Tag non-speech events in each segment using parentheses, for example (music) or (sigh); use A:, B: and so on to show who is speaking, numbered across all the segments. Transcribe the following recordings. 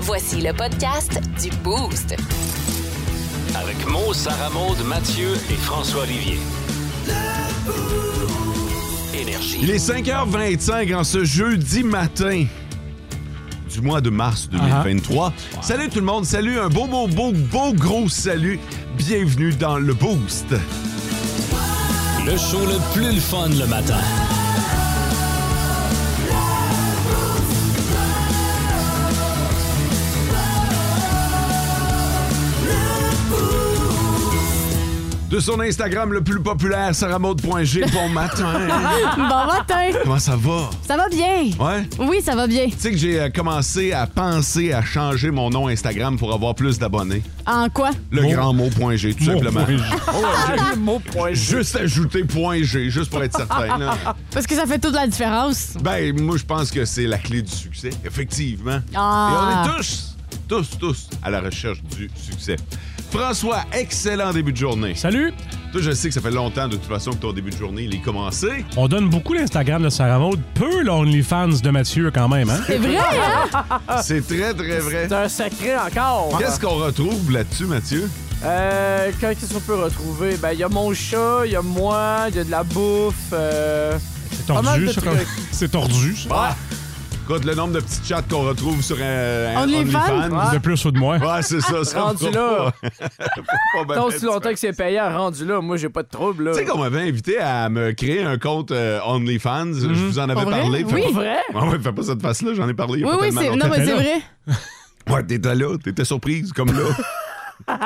A: Voici le podcast du Boost.
B: Avec Mo, Sarah Maud, Mathieu et François Olivier. Énergie.
C: Il est 5h25 en ce jeudi matin du mois de
D: Ah
C: mars 2023. Salut tout le monde, salut, un beau, beau, beau, beau gros salut. Bienvenue dans le Boost.
B: Le show le plus le fun le matin.
C: De son Instagram le plus populaire, sarahmaude.g,
D: (laughs)
C: bon matin.
D: bon matin!
C: Comment ça va?
D: Ça va bien?
C: Ouais?
D: Oui, ça va bien.
C: Tu sais que j'ai euh, commencé à penser à changer mon nom Instagram pour avoir plus d'abonnés.
D: En quoi? Oh. Ah,
C: Le grand mot.g, tout simplement.
D: (laughs)
C: Juste ajouter point .g, juste pour être certain. là.
D: (laughs) Parce que ça fait toute la différence.
C: Ben, moi, je pense que c'est la clé du succès, effectivement.
D: Ah.
C: Et on est tous, tous, tous à la recherche du succès. François, excellent début de journée.
E: Salut!
C: Toi, je sais que ça fait longtemps, de toute façon, que ton début de journée, il est commencé.
E: On donne beaucoup l'Instagram de Sarah Maud, peu l'OnlyFans de Mathieu quand même, hein?
D: C'est vrai, hein?
C: (laughs) C'est très, très vrai.
F: C'est un secret encore.
C: Qu'est-ce qu'on retrouve là-dessus, Mathieu?
F: Euh, qu'est-ce qu'on peut retrouver? Ben, il y a mon chat, il y a moi, il y a de la bouffe. euh,
E: C'est
F: Pas mal
E: tordu,
F: de
E: ça.
F: trucs.
E: comme-
C: (laughs)
E: C'est tordu, ça.
C: Ah! Écoute, le nombre de petits chats qu'on retrouve sur euh, un
D: OnlyFans?
C: OnlyFans.
E: De plus ou de moins.
C: Ouais, c'est ça. ça
F: Rendu
C: faut
F: là.
C: pas- (laughs) faut pas
F: Tant
C: mettre
F: si longtemps
C: ça.
F: que c'est payant, rendu là, moi, j'ai pas de trouble, là.
C: Ben, Tu sais qu'on m'avait invité à me créer un compte euh, OnlyFans. Je vous en avais
D: Mhm. Pour vrai?
C: parlé. Fait
D: Oui.
C: pas-
F: Vrai?
C: Ah (laughs) ouais, fais pas cette face-là, j'en ai parlé il y a
D: Oui,
C: pas
D: oui,
C: tellement
D: c'est.
C: longtemps.
D: Non, mais c'est
E: là.
D: vrai.
C: Ouais, t'étais là, t'étais surprise, comme là.
D: (laughs)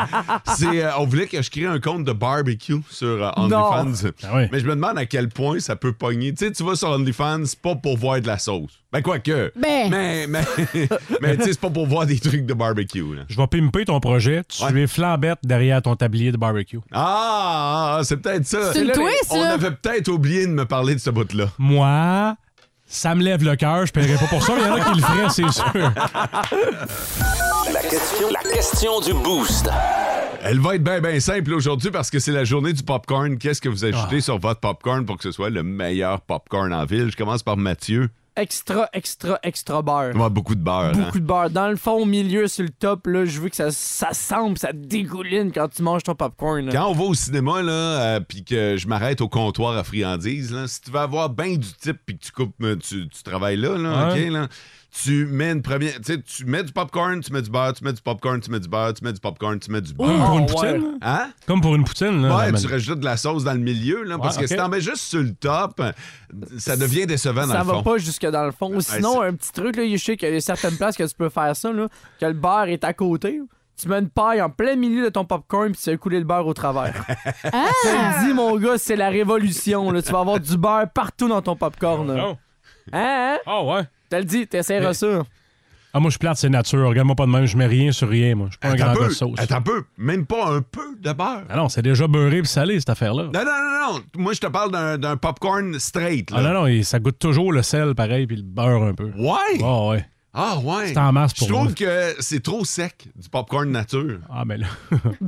C: C'est, euh, on voulait que je crée un compte de barbecue sur euh, OnlyFans.
E: Ah ouais.
C: Mais je me demande à quel point ça peut pogner. Tu sais, tu vas sur OnlyFans, c'est pas pour voir de la sauce. Ben, quoique.
D: Ben.
C: Mais, mais, (laughs) mais tu sais, c'est pas pour voir des trucs de barbecue. là.
E: Je vais pimper ton projet. Tu
C: Ouais.
E: es flambette derrière ton tablier de barbecue.
C: Ah, ah, c'est peut-être ça.
D: C'est une
C: Là,
D: twist,
C: On
D: là.
C: avait peut-être oublié de me parler de ce bout-là.
E: Moi, ça me lève le cœur. Je paierais pas pour ça. mais Il y en a qui le feraient, c'est sûr.
B: La question, la question du boost.
C: Elle va être bien, bien simple aujourd'hui parce que c'est la journée du popcorn. Qu'est-ce que vous ajoutez
E: Ah.
C: sur votre popcorn pour que ce soit le meilleur popcorn en ville? Je commence par Mathieu.
F: Extra, extra, extra beurre.
C: Il va beaucoup de beurre. hein?
F: Beaucoup de beurre. Dans le fond, au milieu, sur le top, là, je veux que ça, ça semble, ça dégouline quand tu manges ton popcorn. là.
C: Quand on va au cinéma, là, euh, puis que je m'arrête au comptoir à friandises, là, si tu veux avoir bien du type puis que tu coupes, euh, tu, tu travailles là, là,
E: Ouais.
C: OK, là, tu mets une première. Tu sais, tu mets du popcorn, tu mets du beurre, tu mets du popcorn, tu mets du beurre, tu mets du popcorn, tu mets du beurre.
E: Comme pour une
F: Oh, ouais.
E: poutine. là.
C: Hein?
E: Comme pour une poutine. Là,
C: Ouais,
E: man.
C: tu rajoutes de la sauce dans le milieu, là, parce que
E: Ouais,
C: si
E: ok.
C: t'en mets juste sur le top, euh, ça devient décevant dans
F: ça
C: le fond.
F: va pas jusque dans le fond. Sinon, un petit truc, là, je sais qu'il y a certaines places que tu peux faire ça, là, que le beurre est à côté. Tu mets une paille en plein milieu de ton popcorn puis tu fais couler le beurre au travers. Je te dis, mon gars, c'est la révolution. Là. Tu vas avoir du beurre partout dans ton popcorn. là.
E: Oh, Non.
F: Hein, hein?
E: Ah ouais.
F: T'as le dit, t'essaieras ça.
E: Ah, moi, je suis plate, c'est nature. Regarde-moi pas de même. Je mets rien sur rien, moi. Je suis pas un
C: Attends
E: grand gars
C: peu,
E: de sauce.
C: attends un peu, même pas un peu de beurre.
E: Ah non, c'est déjà beurré et salé, cette affaire-là.
C: Non, non, non, non. Moi, je te parle d'un- d'un popcorn straight. Là.
E: Ah non, non, et ça goûte toujours le sel pareil puis le beurre un peu.
C: Ouais.
E: Ah ouais.
C: Ah, ouais.
E: C'est en masse pour
C: Je trouve
E: moi.
C: que c'est trop sec du popcorn nature.
E: Ah, ben là.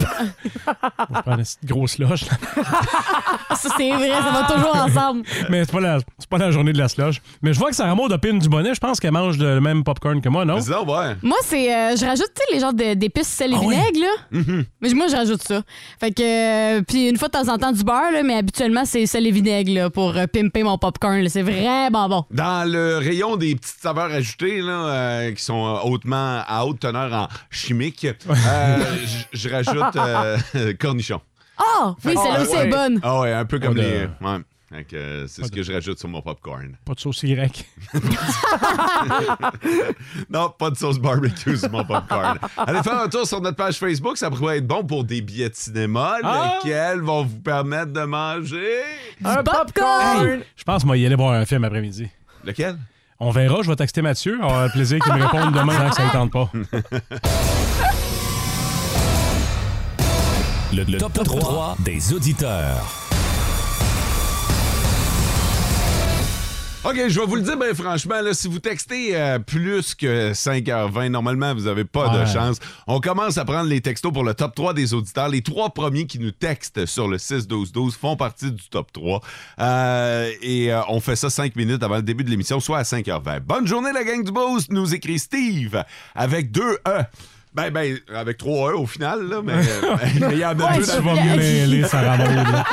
E: (laughs) On prend une petite grosse loge. là.
D: Ah, Ça, c'est vrai, ça va toujours ensemble.
E: Mais c'est pas, la, c'est pas la journée de la sloche. Mais je vois que Sarah Maud opine du bonnet. Je pense qu'elle mange le même popcorn que moi, non?
C: Dis donc, ouais.
D: Moi, c'est. euh, je rajoute, tu sais, les genres de- d'épices, sel et
E: Ah oui?
D: vinaigre, là. Mais moi, je rajoute ça. Fait que. euh, puis une fois de temps en temps, du beurre, là, mais habituellement, c'est sel et vinaigre, là, pour euh, pimper mon popcorn. là. C'est vraiment bon.
C: Dans le rayon des petites saveurs ajoutées, là, euh, qui sont euh, hautement à haute teneur en chimique, euh, j- je rajoute euh, (laughs) cornichon.
D: Ah! oui, celle-là
F: Ah,
D: aussi est
F: ouais.
D: bonne.
C: Ah ouais, un peu comme
E: de-
C: les... Ouais. Fait que, euh, c'est ce
E: de-
C: que je rajoute sur mon popcorn.
E: Pas de sauce Y.
C: Non, pas de sauce barbecue sur
E: (laughs)
C: mon popcorn. Allez faire un tour sur notre page Facebook, ça pourrait être bon pour des billets de cinéma,
E: Ah!
C: lesquels vont vous permettre de manger.
F: Un
D: popcorn!
E: Je pense, moi, y aller voir un film après-midi.
C: Lequel?
E: On verra, je vais texter Mathieu. On aura le plaisir qu'il me réponde demain tant que ça ne tente pas.
G: Le, top, 3,
C: (laughs)
G: des auditeurs.
C: OK, je vais vous le dire, ben franchement, là, si vous textez euh, plus que 5h20, normalement, vous n'avez pas de
E: Ouais.
C: chance. On commence à prendre les textos pour le top 3 des auditeurs. Les trois premiers qui nous textent sur le 6-12-12 font partie du top 3. Euh, et euh, on fait ça 5 minutes avant le début de l'émission, soit à 5h20. Bonne journée, la gang du Boost, nous écrit Steve avec 2 E. Ben, ben, avec 3 E au final, là, mais euh, mais il y en a
D: (laughs) Ouais,
C: deux dans
E: Tu vas me mêler,
D: (laughs)
E: Sarah Maud. là.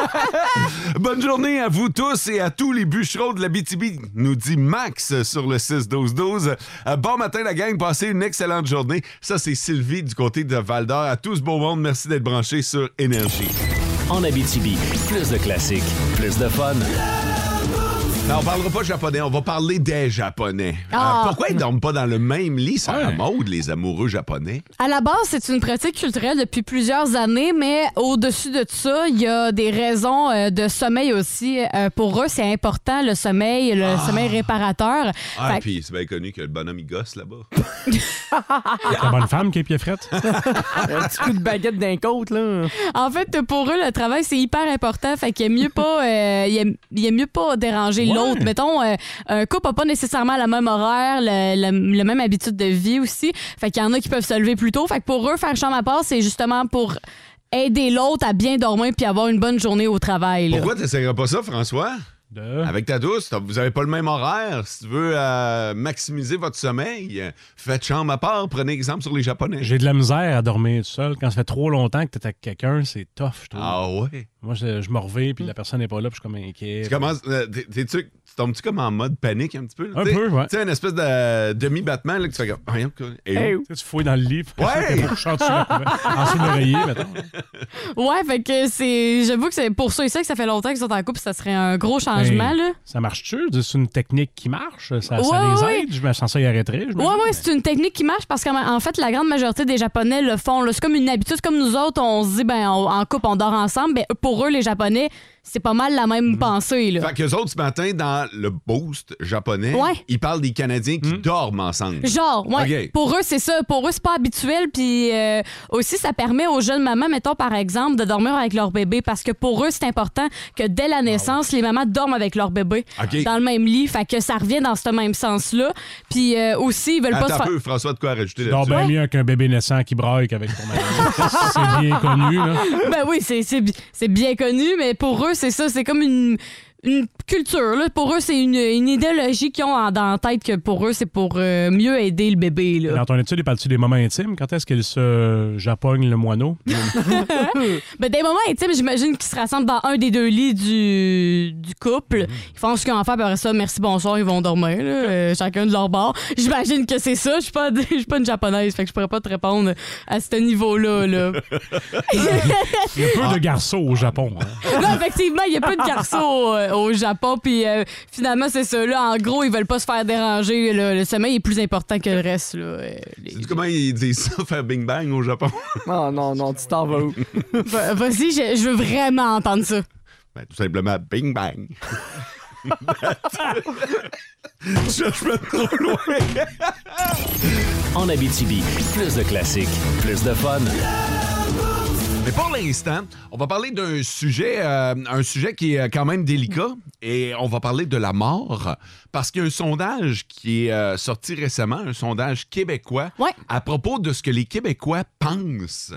C: (laughs) Bonne journée à vous tous et à tous les bûcherons de la BTB, nous dit Max sur le 6-12-12. Euh, bon matin, la gang. Passez une excellente journée. Ça, c'est Sylvie du côté de Val d'Or. À tous, beau monde. Merci d'être branchés sur Énergie.
B: En Abitibi, plus de classiques, plus de fun.
C: Non, on parlera pas japonais, on va parler des japonais. Euh,
D: Ah.
C: pourquoi ils dorment pas dans le même lit, ça
E: Ouais.
C: mode, les amoureux japonais?
D: À la base, c'est une pratique culturelle depuis plusieurs années, mais au-dessus de ça, il y a des raisons euh, de sommeil aussi. Euh, pour eux, c'est important le sommeil, le sommeil réparateur.
C: Ah,
D: Fait que-
C: puis c'est bien connu que le bonhomme, il
E: (laughs)
C: gosse là-bas.
D: (laughs)
E: La bonne femme qui est pied-frette.
F: Un petit coup de baguette d'un côte, là.
D: En fait, pour eux, le travail, c'est hyper important. Fait qu'il aime mieux pas, euh, il aime- il aime mieux pas déranger
E: Ouais.
D: l'autre. Mettons, euh, un couple n'a pas nécessairement la même horaire, le- le- la même habitude de vie aussi. Fait qu'il y en a qui peuvent se lever plus tôt. Fait que pour eux, faire chambre à part, c'est justement pour aider l'autre à bien dormir puis avoir une bonne journée au travail. là.
C: Pourquoi t'essayeras pas ça, François?
E: De-
C: Avec ta douce, t'as- vous avez pas le même horaire. Si tu veux euh, maximiser votre sommeil, euh, faites chambre à part. Prenez exemple sur les Japonais.
E: (laughs) J'ai de la misère à dormir seul. Quand ça fait trop longtemps que t'es avec quelqu'un, c'est tough, je trouve.
C: Ah ouais?
E: Moi, je, je me reviens, puis la personne n'est pas là, puis je suis comme inquiet.
C: Tu commences. euh, t'es- t'es-tu- tu tombes-tu comme en mode panique un petit peu? là?
E: Un
C: T'sais-
E: peu, ouais.
C: Tu sais, une espèce de demi-battement là, que tu fais comme. Voyons, quoi. Et où?
F: Hey,
E: Tu sais, tu fouilles dans le lit, puis
C: Ouais!
E: (laughs) pour chanter sur la couverture, en dessous de l'oreiller, mettons.
D: Ouais, fait que c'est. J'avoue que c'est pour ça et ça que ça fait longtemps qu'ils sont en couple, ça serait un gros changement,
F: Ben,
E: Mais
D: là.
E: Ça marche-tu? C'est une technique qui marche? Ça,
D: Ouais,
E: ça
D: ouais.
E: les aide? Je me sens ça y arrêterait. je me
D: Ouais,
E: dis.
D: ouais, c'est une technique qui marche parce qu'en en fait, la grande majorité des Japonais le font. là. C'est comme une habitude, comme nous autres, on se dit, ben, on- en couple, on dort ensemble. Ben, pour eux, les Japonais, c'est pas mal la même pensée, là.
C: Mm-hmm. Fait qu'eux autres, ce matin, dans le boost japonais,
D: Ouais.
C: ils parlent des Canadiens qui
F: Hmm.
C: dorment ensemble.
D: Genre, ouais.
C: Ok.
D: Pour eux, c'est ça. Pour eux, c'est pas habituel. Puis euh, aussi, ça permet aux jeunes mamans, mettons par exemple, de dormir avec leur bébé parce que pour eux, c'est important que dès la naissance, les mamans dorment avec leur bébé
C: Ah Ok.
D: dans le même lit. Fait que ça revient dans ce même sens-là. Puis euh, aussi, ils veulent pas
C: Attends
D: se
C: un
D: faire.
C: peu, François, de quoi rajouter
E: Dors
C: là-dessus?
E: bien mieux qu'un bébé naissant qui braille qu'avec ton mari. c'est bien connu, là.
D: (laughs) Ben oui, c'est- c'est bi- c'est bien connu, mais pour eux, c'est ça. C'est comme une. une culture, là. pour eux, c'est une, une idéologie qu'ils ont en, dans la tête que pour eux, c'est pour euh, mieux aider le bébé. Là.
E: Dans ton étude, il parle-tu des moments intimes? Quand est-ce qu'il se euh, japogne le moineau?
D: (laughs) Ben, des moments intimes, j'imagine qu'ils se rassemblent dans un des deux lits du, du
E: Mm.
D: couple. Ils font ce qu'ils ont à faire, puis après ça, merci, bonsoir, ils vont dormir, là, euh, chacun de leur bord. J'imagine que c'est ça. Je suis pas, (laughs) je suis pas une japonaise, fait que je pourrais pas te répondre à ce niveau-là. Là.
E: (laughs) Il y a peu de garçons au Japon. hein.
D: non, effectivement, il y a peu de garçons au, euh, au Japon, puis euh, finalement, c'est ça. Là, en gros, ils veulent pas se faire déranger. là. Le sommeil est plus important que le reste. Là. Euh, les-
C: Sais-tu comment ils disent ça, faire Bing Bang au Japon?
F: Non, Ah, non, non, tu t'en vas où?
D: (laughs) Va- Vas-y, je, je veux vraiment entendre ça.
C: Ben, tout simplement, Bing Bang. je je me trouve trop loin.
B: En Abitibi, plus de classiques, plus de fun.
C: Mais pour l'instant, on va parler d'un sujet, euh, un sujet qui est quand même délicat, et on va parler de la mort, parce qu'il y a un sondage qui est euh, sorti récemment, un sondage québécois,
D: Ouais.
C: à propos de ce que les Québécois pensent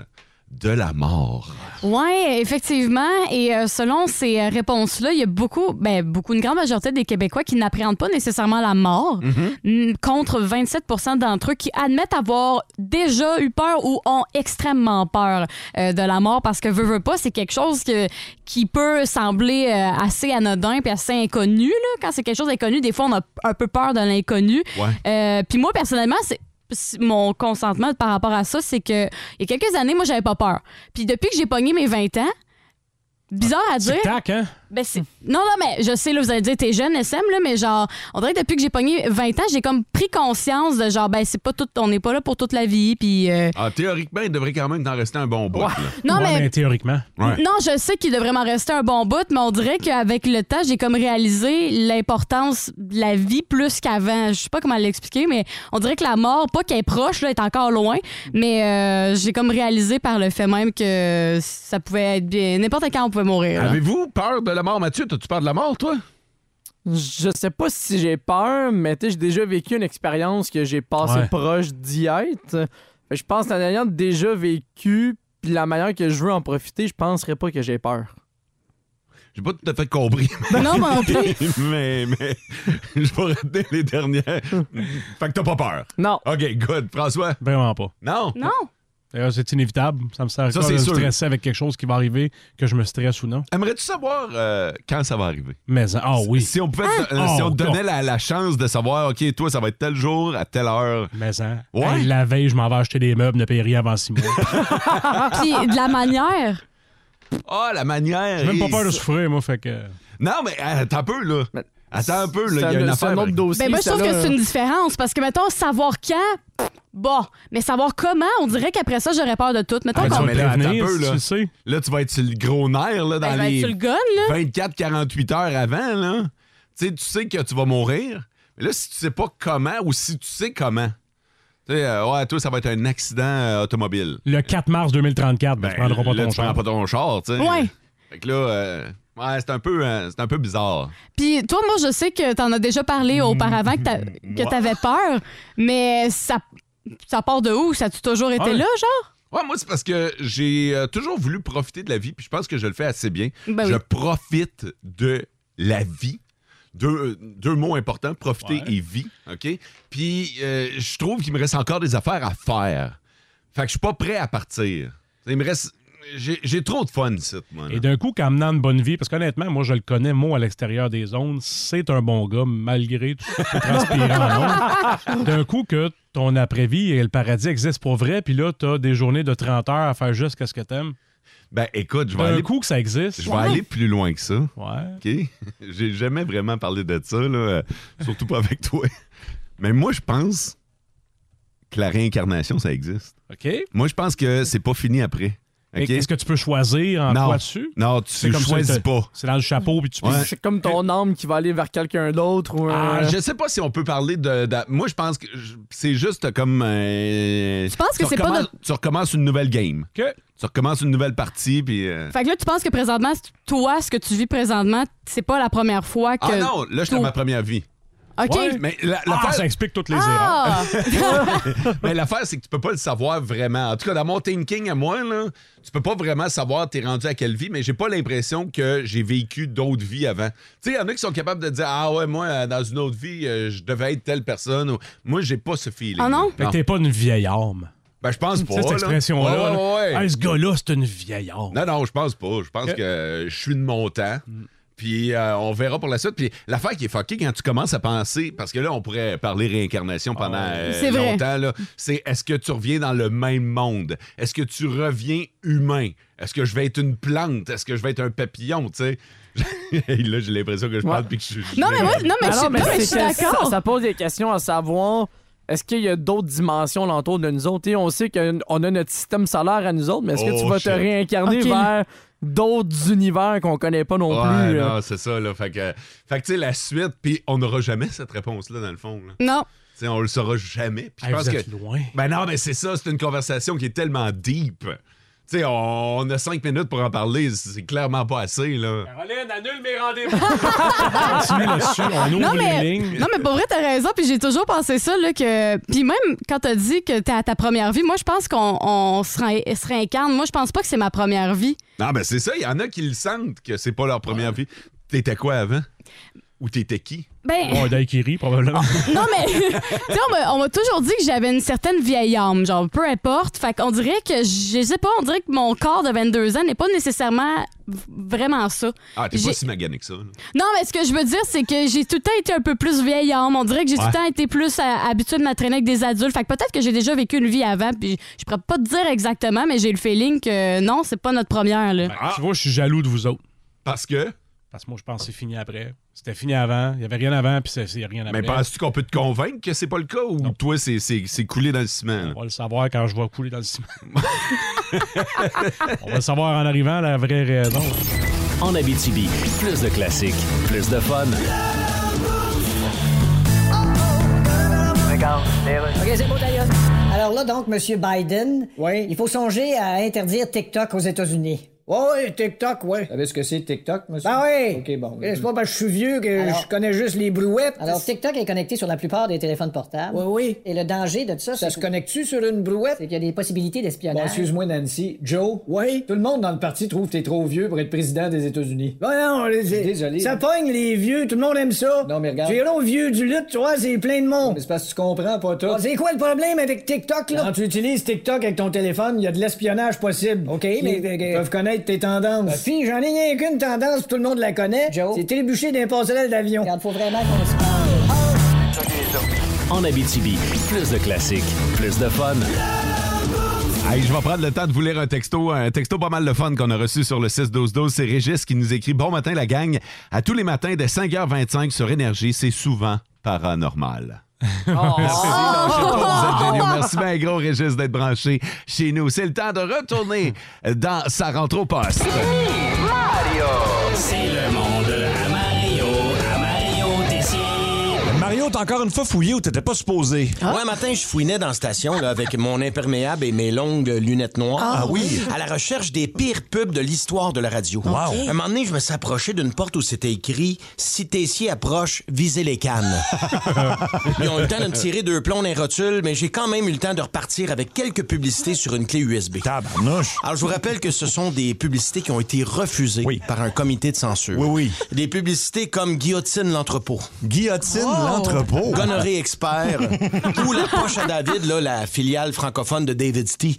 C: de la mort.
D: Oui, effectivement. Et euh, selon ces euh, réponses-là, il y a beaucoup, ben, beaucoup, une grande majorité des Québécois qui n'appréhendent pas nécessairement la mort,
H: Mm-hmm.
D: Mm, contre 27 d'entre eux qui admettent avoir déjà eu peur ou ont extrêmement peur euh, de la mort parce que veut, veut pas, c'est quelque chose que, qui peut sembler euh, assez anodin puis assez inconnu. Là. Quand c'est quelque chose d'inconnu, des fois, on a un peu peur de l'inconnu.
C: Ouais.
D: Euh, puis moi, personnellement, c'est c'est- mon consentement par rapport à ça, c'est que il y a quelques années, moi, j'avais pas peur. Puis depuis que j'ai pogné mes 20 ans, bizarre à dire.
E: Tic-tac, hein?
D: Ben c'est... Non, non, mais je sais, là, vous allez dire, t'es jeune, SM, là, mais genre, on dirait que depuis que j'ai pogné 20 ans, j'ai comme pris conscience de genre, ben, c'est pas tout, on n'est pas là pour toute la vie, puis. euh,
C: Ah, théoriquement, il devrait quand même t'en rester un bon bout. là.
D: Non,
E: Ouais,
D: mais.
E: ben, théoriquement.
C: Ouais.
D: Non, je sais qu'il devrait m'en rester un bon bout, mais on dirait qu'avec le temps, j'ai comme réalisé l'importance de la vie plus qu'avant. Je sais pas comment l'expliquer, mais on dirait que la mort, pas qu'elle est proche, là, est encore loin, mais euh, j'ai comme réalisé par le fait même que ça pouvait être bien. N'importe quand, on pouvait mourir. là.
C: Avez-vous peur de la mort, Mathieu? As-tu peur de la mort, toi?
F: Je sais pas si j'ai peur, mais tu sais, j'ai déjà vécu une expérience que j'ai passée
E: Ouais.
F: proche d'y être. Je pense que en ayant déjà vécu, puis la manière que je veux en profiter, je penserais pas que j'ai peur.
C: J'ai pas tout à fait compris.
F: Ah,
D: Non,
F: ben,
C: (laughs)
D: moi non plus.
C: mais, mais (laughs) je vais retenir les dernières. Fait que t'as pas peur.
F: Non.
C: OK, good. François?
E: Vraiment pas.
C: Non?
D: Non.
E: D'ailleurs, c'est inévitable. Ça me sert
C: Ça,
E: à quoi
C: c'est
E: de me
C: sûr.
E: stresser avec quelque chose qui va arriver, que je me stresse ou non.
C: Aimerais-tu savoir euh, quand ça va arriver?
E: Mais ah oui.
C: Si on, pouvait te- euh, si
E: Oh,
C: on te donnait
E: God.
C: la, la chance de savoir, OK, toi, ça va être tel jour, à telle heure. Oh,
E: Mais hein,
C: Ouais.
E: Hey, la veille, je m'en vais acheter des meubles, ne paye rien avant
C: (laughs)
E: six mois.
D: Puis de la manière.
C: Ah, la manière.
E: J'ai même pas
C: Et-
E: peur de souffrir, moi, fait que.
C: Non, mais euh, attends un peu, là.
F: Mais-
C: Attends un peu,
F: C'est
C: là. Il y a une
F: c'est
C: affaire.
F: un autre dossier.
D: Ben moi, je
F: ça,
D: trouve que
F: là.
D: c'est une différence parce que, mettons, savoir quand, pff, bon, mais savoir comment, on dirait qu'après ça, j'aurais peur de tout. Mettons
E: Ah,
C: non,
E: tu vas
D: qu'on
C: mais là,
E: me prévenir,
C: attends un peu,
E: si
C: là.
E: tu le sais.
C: Là, tu vas être sur le gros nerf, là, dans
D: Ben, ben,
C: les
D: tu le gonnes, là.
C: 24-48 heures avant, là. Tu sais, tu sais que tu vas mourir. Mais là, si tu sais pas comment ou si tu sais comment, tu sais, euh, ouais, toi, ça va être un accident euh, automobile.
E: Le 4 mars 2034, ben,
C: Ben,
E: tu prendras pas
C: là,
E: ton
C: tu prends
E: char.
C: pas ton char, tu sais.
D: Ouais.
C: Fait que là, euh, ouais, c'est un, peu, euh, c'est un peu bizarre.
D: Puis toi, moi, je sais que t'en as déjà parlé auparavant, que t'a- que t'avais peur, mais ça, ça part de où? Ça a-tu toujours été
E: Ouais.
D: là, genre?
C: Ouais, moi, c'est parce que j'ai euh, toujours voulu profiter de la vie, puis je pense que je le fais assez bien.
D: Ben
C: je
D: oui.
C: profite de la vie. Deux, euh, deux mots importants, profiter
E: Ouais.
C: et vie, OK? Puis euh, je trouve qu'il me reste encore des affaires à faire. Fait que je suis pas prêt à partir. Il me reste... J'ai j'ai trop de fun, ici, moi. là.
E: Et d'un coup, qu'en menant une bonne vie, parce qu'honnêtement, moi, je le connais, moi, à l'extérieur des zones, c'est un bon gars, malgré tout ce qui peut transpirer en ondes. D'un coup, que ton après-vie et le paradis existent pour vrai, puis là, t'as des journées de 30 heures à faire juste ce que t'aimes.
C: Ben, écoute, je vais,
E: D'un
C: aller,
E: coup, que ça existe.
C: je vais aller plus loin que ça,
E: Ouais.
C: OK? (laughs) J'ai jamais vraiment parlé de ça, là, euh, surtout pas avec toi. (laughs) Mais moi, je pense que la réincarnation, ça existe.
E: OK. Et
C: Moi, je pense que c'est pas fini après. OK?
E: Est-ce que tu peux choisir en
C: Non.
E: quoi dessus?
C: Non,
E: C'est
C: tu
E: comme ça,
C: choisis
E: t'as-
C: pas.
E: C'est dans le chapeau, puis tu peux.
C: Ouais.
F: C'est comme ton âme qui va aller vers quelqu'un d'autre ou un-
C: Ah, je sais pas si on peut parler de. de- moi, je pense que je- c'est juste comme. euh,
D: Tu penses que c'est pas
C: recommences-
D: notre-
C: Tu recommences une nouvelle game.
E: Que-
C: Tu recommences une nouvelle partie, puis. euh,
D: Fait que là, tu penses que présentement, c- toi, ce que tu vis présentement, c'est pas la première fois que.
C: Ah non, là, j'étais à
D: tout.
C: ma première vie.
D: OK.
E: Ouais.
C: Mais la-
E: Ah,
C: l'affaire,
E: ça explique toutes les erreurs. (laughs)
D: Ah!
C: mais l'affaire, c'est que tu peux pas le savoir vraiment. En tout cas, dans mon thinking à moi, là, tu peux pas vraiment savoir t'es rendu à quelle vie, mais j'ai pas l'impression que j'ai vécu d'autres vies avant. Tu sais, il y en a qui sont capables de dire Ah ouais, moi, euh, dans une autre vie, euh, je devais être telle personne. ou- Moi, j'ai pas ce feeling.
D: Ah non?
E: Fait que t'es pas une vieille âme.
C: Ben, je pense
E: Tu
C: pas.
E: sais, cette
C: là.
E: expression-là.
C: Ouais,
E: là.
C: ouais, ouais.
E: Hey, ce gars-là, c'est une vieille
D: Oh.
E: âme.
C: Non, non, je pense pas. Je pense
E: Ok.
C: que je suis de mon temps. Puis euh, on verra pour la suite. Puis l'affaire qui est fuckée, quand tu commences à penser, parce que là, on pourrait parler réincarnation pendant euh,
D: Ah, C'est vrai.
C: longtemps, là. c'est est-ce que tu reviens dans le même monde? Est-ce que tu reviens humain? Est-ce que je vais être une plante? Est-ce que je vais être un papillon? Tu sais? (laughs) là, j'ai l'impression que je parle
F: Ouais.
C: puis que je suis.
D: Non, mais moi, non, mais
F: Ah
D: je
F: non,
D: suis-
F: mais
D: non, mais je
F: c'est
D: suis
F: que ça-
D: d'accord.
F: Ça pose des questions à savoir. Est-ce qu'il y a d'autres dimensions l'entour de nous autres? Tu sais, on sait qu'on a notre système solaire à nous autres, mais est-ce que
C: Oh,
F: tu vas
C: shit.
F: te réincarner
D: Ok.
F: vers d'autres univers qu'on connaît pas non
C: Ouais,
F: plus? euh?
C: non, c'est ça, là. Fait que, fait que, tu sais, la suite, puis on n'aura jamais cette réponse-là, dans le fond. là. Tu
D: Non.
C: sais, on le saura jamais. Puis
E: Hey,
C: je pense
E: vous
C: que.
E: êtes loin.
C: Ben non, mais c'est ça, c'est une conversation qui est tellement deep. Tu sais, on on a cinq minutes pour en parler, c'est clairement pas
E: (laughs)
C: assez, là.
E: Caroline, annule mes rendez-vous. (laughs)
D: Ah!
C: (laughs)
E: Continue là-dessus, on ouvre
D: Non mais,
E: les lignes.
D: non, mais pour vrai, t'as raison. Puis j'ai toujours pensé ça, là, que. Puis même quand t'as dit que t'es à ta première vie, moi, je pense qu'on on se, ré- se réincarne. Moi, je pense pas que c'est ma première vie.
C: Non, mais c'est ça, il y en a qui le sentent que c'est pas leur première vie. T'étais quoi avant? Ou t'étais qui?
D: Ben,
E: Bon, Daiquiri, probablement.
D: (laughs) Oh, non, mais. (laughs) tu sais, on m'a- on m'a toujours dit que j'avais une certaine vieille âme, genre, peu importe. Fait qu'on dirait que, je sais pas, on dirait que mon corps de 22 ans n'est pas nécessairement v- vraiment ça.
C: Ah, t'es pas
D: J'ai-
C: si magané que ça. là.
D: Non, mais ce que je veux dire, c'est que j'ai tout le temps été un peu plus vieille âme. On dirait que j'ai tout
C: Ouais.
D: le temps été plus euh, habituée de m'entraîner avec des adultes. Fait que peut-être que j'ai déjà vécu une vie avant, puis je pourrais pas te dire exactement, mais j'ai le feeling que non, c'est pas notre première, là.
E: Ben, Tu vois, je suis jaloux de vous autres.
C: Ah. Parce que.
E: Parce que moi, je pense que c'est fini après. C'était fini avant. Il n'y avait rien avant, puis c'est c'est rien après.
C: Mais penses-tu qu'on peut te convaincre que c'est pas le cas ou toi, c'est- c'est c'est coulé dans le ciment? là?
E: On va le savoir quand je vais couler dans le ciment. on va le savoir en arrivant, la vraie raison.
B: En Abitibi, plus de classiques, plus de fun.
G: Alors là, donc, M. Biden, il faut songer à interdire TikTok aux États-Unis. Ouais, ouais, TikTok, ouais.
I: savez ce que c'est TikTok, monsieur?
G: Ah ouais!
I: OK, bon.
G: C'est pas parce que je suis vieux que
J: Alors-
G: je connais juste les brouettes.
J: Alors, TikTok est connecté sur la plupart des téléphones portables.
G: Oui, oui.
J: Et le danger de ça,
G: Ça
J: c'est
G: se connecte-tu sur une brouette?
J: c'est qu'il y a des possibilités
I: Bon,
J: d'espionnage.
I: excuse-moi, Nancy. Joe?
G: Oui.
I: Tout le monde dans le parti trouve que t'es trop vieux pour être président des États-Unis.
G: Ouais, non, les-
I: Désolé.
G: Ça pogne les vieux, tout le monde aime ça.
I: Non, mais regarde.
G: Jérôme, vieux du lutte, tu vois, c'est plein de monde.
I: Mais c'est parce que tu comprends pas tout.
G: Ah, c'est quoi le problème avec TikTok, là?
I: Quand tu utilises TikTok avec ton téléphone, il y a de l'espionnage possible.
G: OK, mais- mais-
I: Ils peuvent connaître tes tendances.
G: Fille, j'en ai rien qu'une tendance, tout le monde la connaît.
J: Joe.
G: C'est trébucher d'un passerelle d'avion.
J: Regarde, faut vraiment qu'on se parle.
B: En Abitibi, plus de classiques, plus de fun.
C: Hey, je vais prendre le temps de vous lire un texto, un texto pas mal de fun qu'on a reçu sur le 6-12-12. C'est Régis qui nous écrit Bon matin, la gang. À tous les matins, dès 5h25 sur Énergie, c'est souvent paranormal.
J: Oh!
C: Vous êtes géniaux. Merci bien gros, Régis, d'être branché chez nous. C'est le temps de retourner dans sa rentre au poste.
B: C'est le monde à Mario, à Mario
K: Mario, t'as encore une fois fouillé où t'étais pas supposé.
H: Ouais, un matin, je fouinais dans la station là, avec mon imperméable et mes longues lunettes noires. Ah oui? À la recherche des pires pubs de l'histoire de la radio. Un moment donné, je me suis approché d'une porte où c'était écrit « Si Tessier approche, visez les cannes ». (laughs) Ils ont eu le temps de me tirer deux plombs d'un rotule, mais j'ai quand même eu le temps de repartir avec quelques publicités sur une clé USB.
K: Tabarnouche.
H: Alors, je vous rappelle que ce sont des publicités qui ont été refusées
K: Oui.
H: par un comité de censure.
K: Oui, oui.
H: Des publicités comme Guillotine l'entrepôt.
K: Guillotine l'entrepôt.
H: Gonorrhée expert (laughs) ou la poche à David, là, la filiale francophone de David T.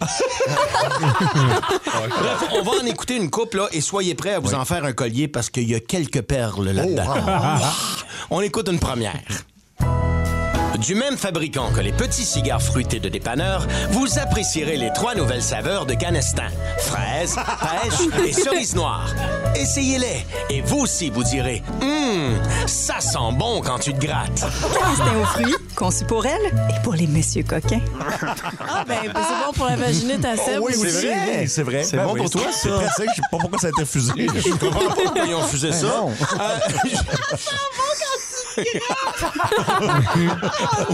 H: Bref, on va en écouter une coupe là, et soyez prêts à vous en faire un collier parce qu'il y a quelques perles là-dedans. Ah. On écoute une première. Du même fabricant que les petits cigares fruités de dépanneur, vous apprécierez les trois nouvelles saveurs de Canestin. Fraise, pêche et cerise noire. Essayez-les et vous aussi vous direz Hum, ça sent bon quand tu te grattes.
L: Canestin aux fruits, conçu pour elle et pour les messieurs coquins. Ah ben, c'est bon pour la vaginite à sève
K: oui, oui, c'est vrai. C'est vrai.
H: C'est
K: Ben
H: bon
K: oui,
H: pour toi,
K: c'est
H: ça.
K: pratique. Je sais pas pourquoi ça a été refusé.
H: Je comprends pas pourquoi ils ont
C: Ben
H: refusé ça. Euh,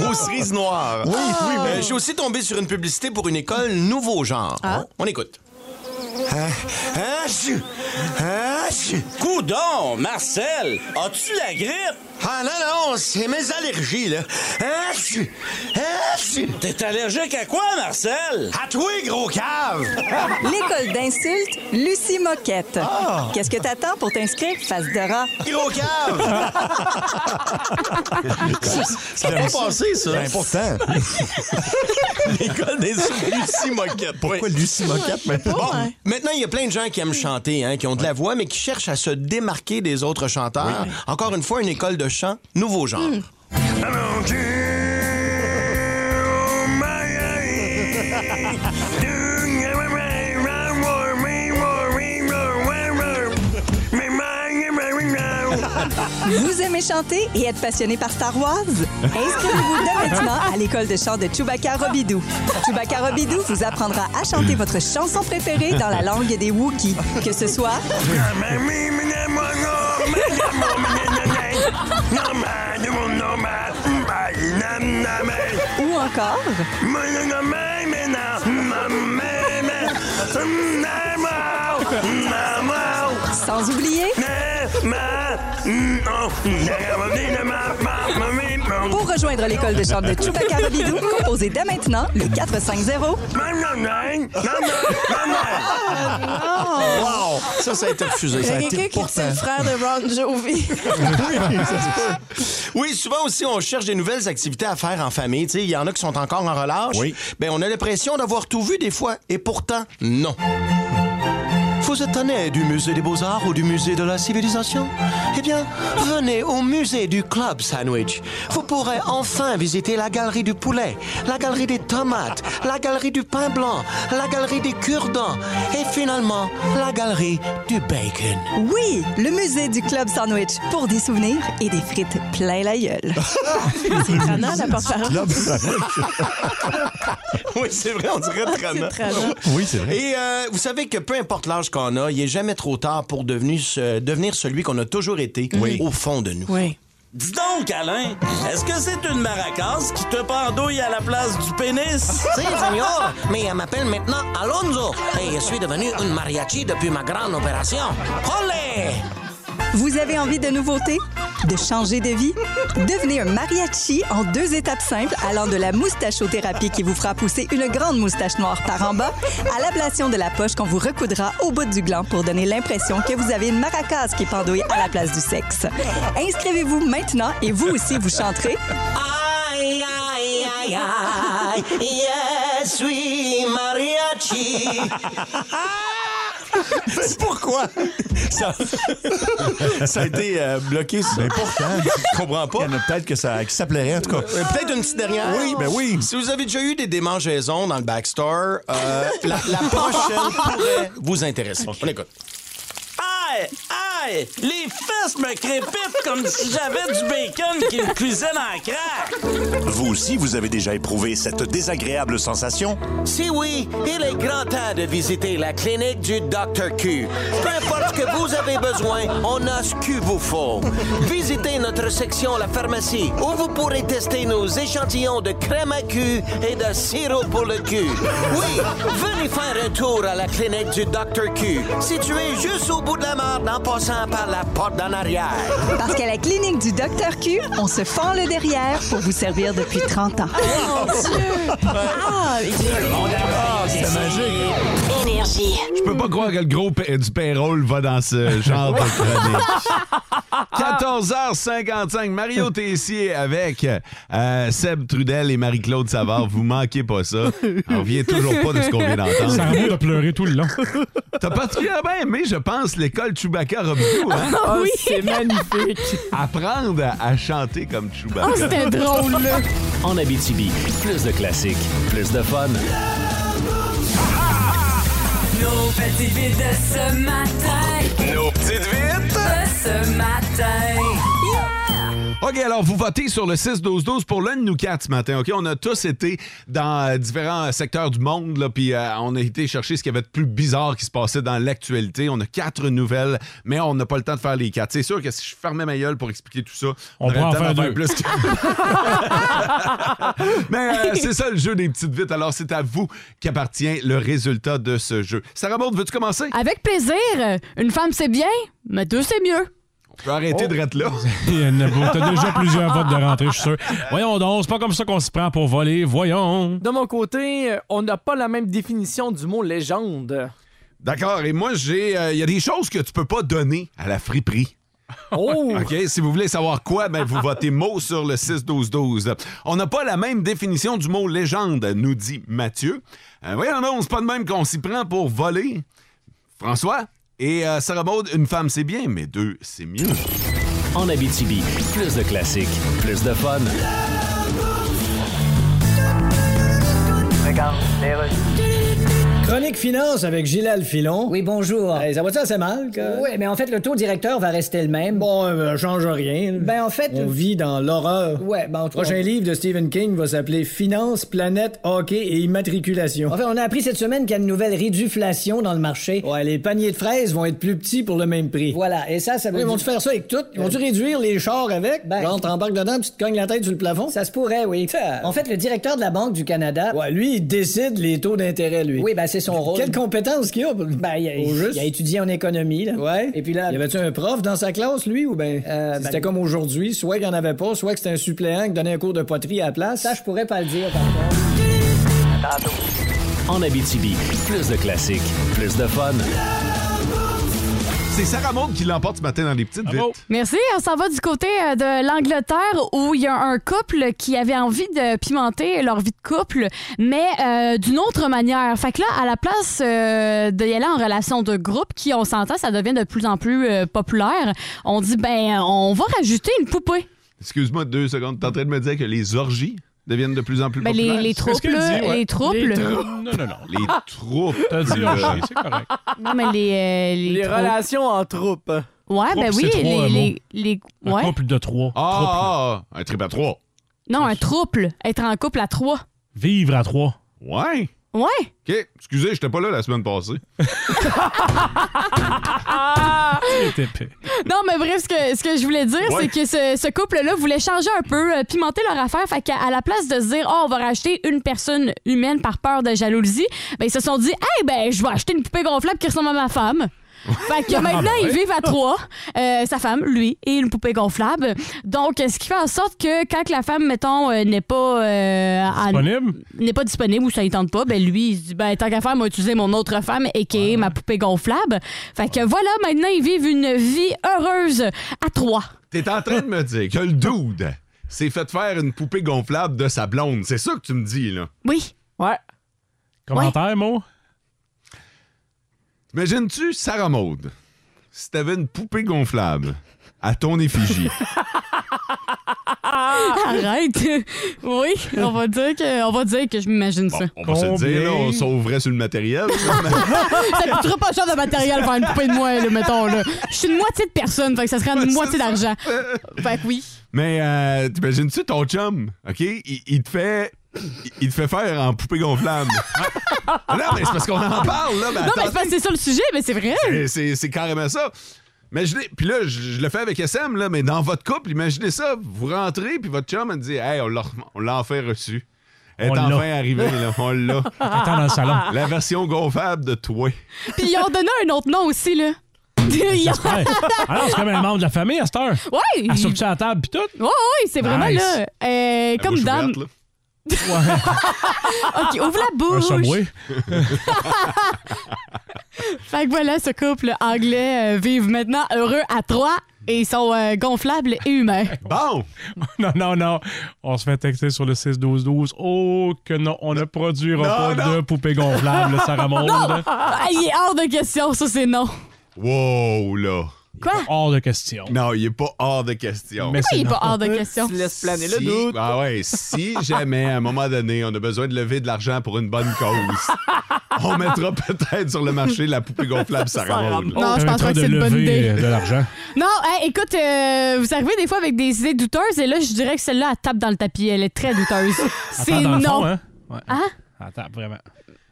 H: Aux cerises noires. Oui, oui, ben- oui. J'ai aussi tombé sur une publicité pour une école nouveau genre. On écoute. Hein? Coudon, Marcel, as-tu la grippe? Ah non, non, c'est mes allergies, là. Ah, T'es allergique à quoi, Marcel? À toi, gros (laughs) cave!
L: L'école d'insultes, Lucie Moquette. Qu'est-ce que t'attends pour t'inscrire, face de rat?
H: Ah! Gros
L: (laughs)
H: cave!
K: Ça
H: a pas passé, ça.
K: C'est important.
H: (laughs) L'école des Lucie Moquette.
K: Pourquoi Lucie Moquette maintenant?
H: Bon,
J: hein.
H: maintenant, il y a plein de gens qui aiment chanter, hein, qui ont de la voix, mais qui cherchent à se démarquer des autres chanteurs. Encore une fois, une école de chant, nouveau
J: Hmm.
H: genre.
L: Vous aimez chanter et être passionné par Star Wars? Inscrivez-vous dès maintenant à l'école de chant de Chewbacca Robidou. Chewbacca Robidou vous apprendra à chanter votre chanson préférée dans la langue des Wookiees, que ce soit ou encore sans oublier Pour rejoindre l'école de chant de Chewbacca Robidou, composez dès maintenant le 450
H: Wow! Ça, ça a été refusé. Ça a été pourtant.
L: frère de Ron
H: (laughs)
L: Jovi. (laughs)
H: Oui, souvent aussi, on cherche des nouvelles activités à faire en famille. Tu sais, il y en a qui sont encore en relâche.
K: Oui.
H: Ben, on a l'impression d'avoir tout vu des fois. Et pourtant, non. Vous êtes tanné du musée des beaux-arts ou du musée de la civilisation? Eh bien, venez au musée du Club Sandwich. Vous pourrez enfin visiter la galerie du poulet, la galerie des tomates, la galerie du pain blanc, la galerie des cure-dents et finalement, la galerie du bacon.
L: Oui, le musée du Club Sandwich pour des souvenirs et des frites plein la
H: (laughs)
L: gueule. C'est étonnant, la porte-parole.
K: Là, ben,
H: (laughs) Oui, c'est vrai, on dirait Trana.
K: oui, c'est vrai.
H: Et euh, vous savez que peu importe l'âge qu'on a, il n'est jamais trop tard pour devenir, ce- devenir celui qu'on a toujours été au fond de nous.
L: Oui.
M: Dis donc, Alain, est-ce que c'est une maracasse qui te pendouille à la place du pénis?
H: Si, Junior, mais elle m'appelle maintenant Alonso et je suis devenu une mariachi depuis ma grande opération. Olé!
L: Vous avez envie de nouveautés? De changer de vie? Devenez un mariachi en deux étapes simples allant de la moustachothérapie qui vous fera pousser une grande moustache noire par en bas à l'ablation de la poche qu'on vous recoudra au bout du gland pour donner l'impression que vous avez une maracase qui est pendouille à la place du sexe. Inscrivez-vous maintenant et vous aussi vous chanterez
J: Aïe, aïe, aïe,
M: aïe,
J: je suis
M: mariachi.
J: (laughs)
H: C'est (laughs) pourquoi? Ça, ça a été euh, bloqué. C'est important. Je comprends pas. peut-être que ça, qui s'appellerait, en tout cas. peut-être une petite dernière.
K: Oui, ben oui.
H: Si vous avez déjà eu des démangeaisons dans le backstore, (laughs) euh, la, la prochaine pourrait vous intéresser. On écoute.
M: Aïe, aïe, les fesses me crépitent comme si j'avais du bacon qui me cuisait en craque.
K: Vous aussi, vous avez déjà éprouvé cette désagréable sensation?
H: Si oui, il est grand temps de visiter la clinique du Dr. Q. Peu importe ce que vous avez besoin, on a ce qu'il vous faut. Visitez notre section La Pharmacie, où vous pourrez tester nos échantillons de crème à cul et de sirop pour le cul. Oui, venez faire un tour à la clinique du Dr. Q, située juste au bout de la marde en passant par la porte d'en arrière.
L: Parce qu'à la clinique du Docteur Q, on se fend le derrière pour vous servir depuis 30 ans. Ah,
C: c'est magique.
A: Énergie.
C: Je peux pas croire que le gros pa- du payroll va dans ce genre de chronique. 14h55, Mario Tessier avec euh, Seb Trudel et Marie-Claude Savard. Vous manquez pas ça. On revient toujours pas de ce qu'on vient d'entendre.
E: Ça a l'air de pleurer tout le long.
C: T'as particulièrement aimé, ben, je pense, l'école Chewbacca Robidoux. Hein?
F: Ah oui. C'est magnifique.
C: Apprendre à, à chanter comme Chewbacca.
F: Ah, c'était drôle, là.
B: En Abitibi, plus de classiques, plus de fun.
J: (laughs) Nos petites vites de ce matin.
B: Nos petites vites
J: de ce matin.
C: OK, alors vous votez sur le 6-12-12 pour l'un de nous quatre ce matin. OK, on a tous été dans euh, différents secteurs du monde, là, puis euh, on a été chercher ce qu'il y avait de plus bizarre qui se passait dans l'actualité. On a quatre nouvelles, mais on n'a pas le temps de faire les quatre. C'est sûr que si je fermais ma gueule pour expliquer tout ça,
E: On
C: aurait
E: pourrait en
C: le temps d'en
E: faire
C: faire
E: deux.
C: plus que-
E: (laughs)
C: mais euh, c'est ça le jeu des petites vites. Alors c'est à vous qu'appartient le résultat de ce jeu. Sarah Maud, veux-tu commencer?
D: Avec plaisir, une femme c'est bien, mais deux c'est mieux.
C: Je vais
E: Oh.
C: arrêter de rester là.
E: Il y en a beaucoup. T'as déjà plusieurs votes de rentrée, je suis sûr. Voyons donc, c'est pas comme ça qu'on se prend pour voler. Voyons.
F: De mon côté, euh, on n'a pas la même définition du mot
C: Euh.
F: légende.
C: D'accord, et moi, j'ai. euh, Il y a des choses que tu peux pas donner à la friperie.
F: Oh!
C: OK, si vous voulez savoir quoi, ben vous votez mot sur le 6-12-12. On n'a pas la même définition du mot légende, nous dit Mathieu. Euh, voyons non, c'est pas de même qu'on s'y prend pour voler. François et euh, Sarah Maud, une femme c'est bien, mais deux c'est mieux.
B: En Abitibi, plus de classiques, plus de fun.
G: Chronique finance avec Gilal Filon.
J: Oui, bonjour.
G: Eh, ça va-tu assez mal? Que...
J: Oui, mais en fait, le taux directeur va rester le même.
G: Bon, euh, change rien.
J: Ben, en fait.
G: On vit dans l'horreur.
J: Ouais, ben, en tout cas,
G: Prochain livre de Stephen King va s'appeler Finance, planète, hockey et immatriculation.
J: En fait, on a appris cette semaine qu'il y a une nouvelle réduflation dans le marché.
G: Ouais, les paniers de fraises vont être plus petits pour le même prix.
J: Voilà, et ça, ça
G: Ils
J: veut dire... Euh,
G: vont-tu faire ça avec tout? Ils vont-tu réduire les chars avec?
J: Ben-
G: Genre, t'embarques dedans puis tu te cognes la tête sur le plafond?
J: Ça se pourrait, oui.
G: Ça-
J: En fait, le directeur de la Banque du Canada...
G: Ouais, lui, il décide les taux d'intérêt, lui.
J: Oui, ben, c'est son rôle.
G: Quelle compétence qu'il a? pour-
J: Ben, il a,
G: Au juste?
J: il a étudié en économie, là.
G: Ouais.
J: Et puis là...
G: Y avait-tu un prof dans sa classe, lui, ou ben,
J: Euh, ben-
G: c'était comme aujourd'hui, soit qu'il n'y en avait pas, soit que c'était un suppléant qui donnait un cours de poterie à la place?
J: Ça, je pourrais pas le dire, par contre.
B: En Abitibi, plus de classiques, plus de fun.
C: C'est Sarah Maud qui l'emporte ce matin dans les petites vites.
D: Merci. On s'en va du côté euh, de l'Angleterre où il y a un couple qui avait envie de pimenter leur vie de couple, mais euh, d'une autre manière. Fait que là, à la place euh, d'y aller en relation de groupe, qui on s'entend, ça devient de plus en plus euh, populaire, on dit ben on va rajouter une poupée.
C: Excuse-moi deux secondes, t'es en train de me dire que les orgies deviennent de plus en plus
D: Ben, les-
C: populaires?
D: les
E: C'est ce
D: troupes,
E: qu'elle
D: là,
E: dit, ouais.
D: les troupes.
E: Les
D: (laughs)
E: troupes. Non, non, non.
C: Les
F: Ah!
C: troupes.
E: T'as dit
C: là.
E: orgie, Ah! c'est correct.
D: Non, mais les. euh, les
F: Les
D: troupes.
F: relations en troupe.
D: Ouais, ben
E: Troupe,
D: oui,
E: c'est trois,
D: les.
E: un
D: les, les-
E: Un
D: ouais.
E: couple de trois. Troupe.
C: Ah, ah, ah, un trip à trois.
D: Non, un trouble. Être en couple à trois.
E: Vivre à trois.
C: Ouais.
D: Ouais.
C: OK. Excusez, j'étais pas là la
E: (laughs)
C: semaine passée.
D: (laughs) Non, mais bref, ce que, ce que je voulais dire,
C: Ouais.
D: c'est que ce, ce couple-là voulait changer un peu, euh, pimenter leur affaire. Fait qu'à à la place de se dire, oh, on va racheter une personne humaine par peur de jalousie, ben, ils se sont dit, hey, ben, je vais acheter une poupée gonflable qui ressemble à ma femme. Fait que maintenant,
N: (laughs) Ah,
D: ils
N: ouais.
D: vivent à trois, euh, sa femme, lui, et une poupée gonflable. Donc, euh, ce qui fait en sorte que quand que la femme, mettons, euh, n'est pas... euh, à-
E: Disponible?
D: N'est pas disponible ou ça ne tente pas, ben lui, il se dit, ben, tant qu'à faire, moi, utiliser mon autre femme, et qui est ma poupée gonflable. Fait que voilà, maintenant, ils vivent une vie heureuse à trois.
C: T'es en train de me dire que le dude s'est fait faire une poupée gonflable de sa blonde. C'est ça que tu me dis, là.
D: Oui.
F: Ouais.
E: Commentaire, Mo?
C: T'imagines-tu, Sarah Maud, si t'avais une poupée gonflable à
D: (laughs)
C: ton effigie?
D: Arrête. (laughs) Oui, on va dire que, on va dire que je m'imagine ça.
C: On va se le dire, là, on sauverait sur le matériel. là, mais-
D: (laughs)
C: (laughs)
D: ça coûtera pas cher de matériel faire une poupée de moi, là, mettons. Là. Je suis une moitié de personne, fait que ça serait une moitié d'argent. Fait que oui.
C: Mais euh, t'imagines-tu ton chum, OK? Il, il te fait. il- Il te fait faire en poupée gonflable. Ah, non, mais c'est parce qu'on en parle, là.
D: non, mais c'est
C: attendez.
D: parce que c'est ça le sujet, mais c'est vrai.
C: C'est- C'est c'est carrément ça. Mais je l'ai- puis là, je, je le fais avec SM, là, mais dans votre couple, imaginez ça. Vous rentrez, puis votre chum, elle dit Hey, on l'a on l'a enfin reçu. Elle est
E: On
C: enfin
E: l'a.
C: arrivée, là. On l'a.
E: (laughs) Attends dans le salon.
C: La version gonflable de toi.
D: Puis ils ont donné un autre nom aussi, là. Ils ont-
E: Ouais. Alors, c'est comme un membre de la famille à cette heure.
D: Ouais.
E: Elle sur la table, puis tout.
D: Ouais, ouais, c'est vraiment
E: Nice.
D: là. euh, comme dame. (laughs) ok, ouvre la
E: Un
D: bouche.
E: Subway.
D: Fait que voilà, ce couple anglais euh, vivent maintenant heureux à trois et ils sont euh, gonflables et humains.
C: Bon!
E: (laughs) non, non, non. On se fait texter sur le 6-12-12. Oh, que non, on ne produira
D: Non,
E: pas
D: non.
E: de poupée gonflable,
D: (laughs)
E: Sarah Maud.
D: Non! Ah, Il est hors de question, ça c'est non.
C: Wow, là.
D: Quoi?
E: Hors de question.
C: Non, il est pas hors de question.
D: Pourquoi il est pas hors de question?
C: Si- Ah ouais, si jamais, à un moment donné, on a besoin de lever de l'argent pour une bonne
D: (laughs)
C: cause, on mettra peut-être sur le marché la poupée gonflable Sarah
E: Oh,
C: Maud.
D: Non, je pense pas que c'est une bonne idée.
E: euh, de
D: (laughs)
E: l'argent.
D: Non, hey, écoute, euh, vous arrivez des fois avec des idées douteuses et là, je dirais que celle-là, elle tape dans le tapis. Elle est
E: (laughs)
D: très douteuse. c'est
E: Attends, dans
D: non.
E: le fond, hein? Ouais.
D: Hein?
E: Attends, vraiment.